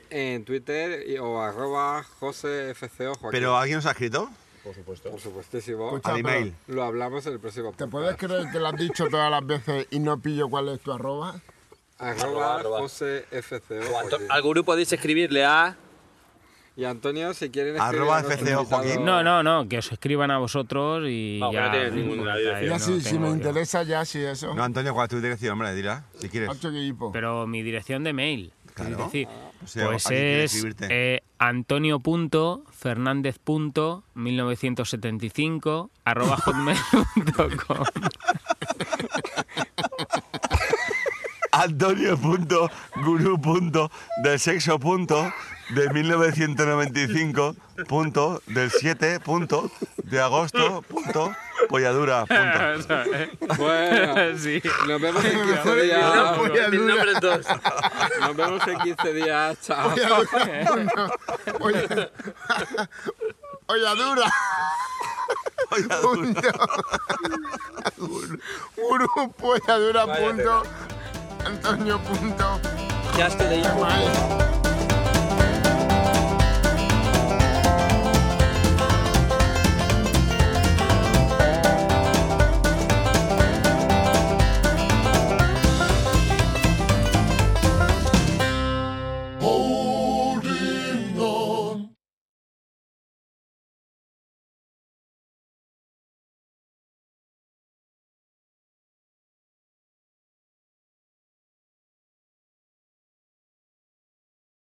en Twitter y- o arroba josefco Joaquín.
Pero ¿alguien nos ha escrito?
Por supuesto.
por supuestísimo,
Escucha,
Al
pero,
email.
lo hablamos en el próximo
¿Te
podcast.
puedes creer que lo has dicho todas las veces y no pillo cuál es tu arroba?
Arroba,
Arroba, arroba. O
josefco
a Anto-
Joaquín.
al gurú podéis escribirle a...
Y Antonio, si quieren escribir
Arroba
a nuestro
FCO
invitado-
Joaquín.
No, no, no, que os escriban a vosotros y
No, que
ya.
no tiene ninguna dirección.
Y
no
así, si
tengo
me
yo.
interesa, ya sí, eso.
No, Antonio, ¿cuál es tu dirección? Hombre, dirá, si quieres.
Ocho equipo.
Pero mi dirección de mail.
Claro. Ah,
Es decir,
O sea,
pues
alguien quiere
es
escribirte.
eh, antonio.fernández.1975 arroba hotmail.com.
Antonio punto, gurú punto, del sexo punto, de 1995 punto, del 7 punto, de agosto punto, polladura punto.
Bueno,
sí.
nos vemos en 15 días.
Mil nombres dos.
Nos vemos en 15 días. Chao.
Oye, oye, dura. Punto. Gurú, polla dura, punto. Antonio, punto.
Ya estoy de
Mael.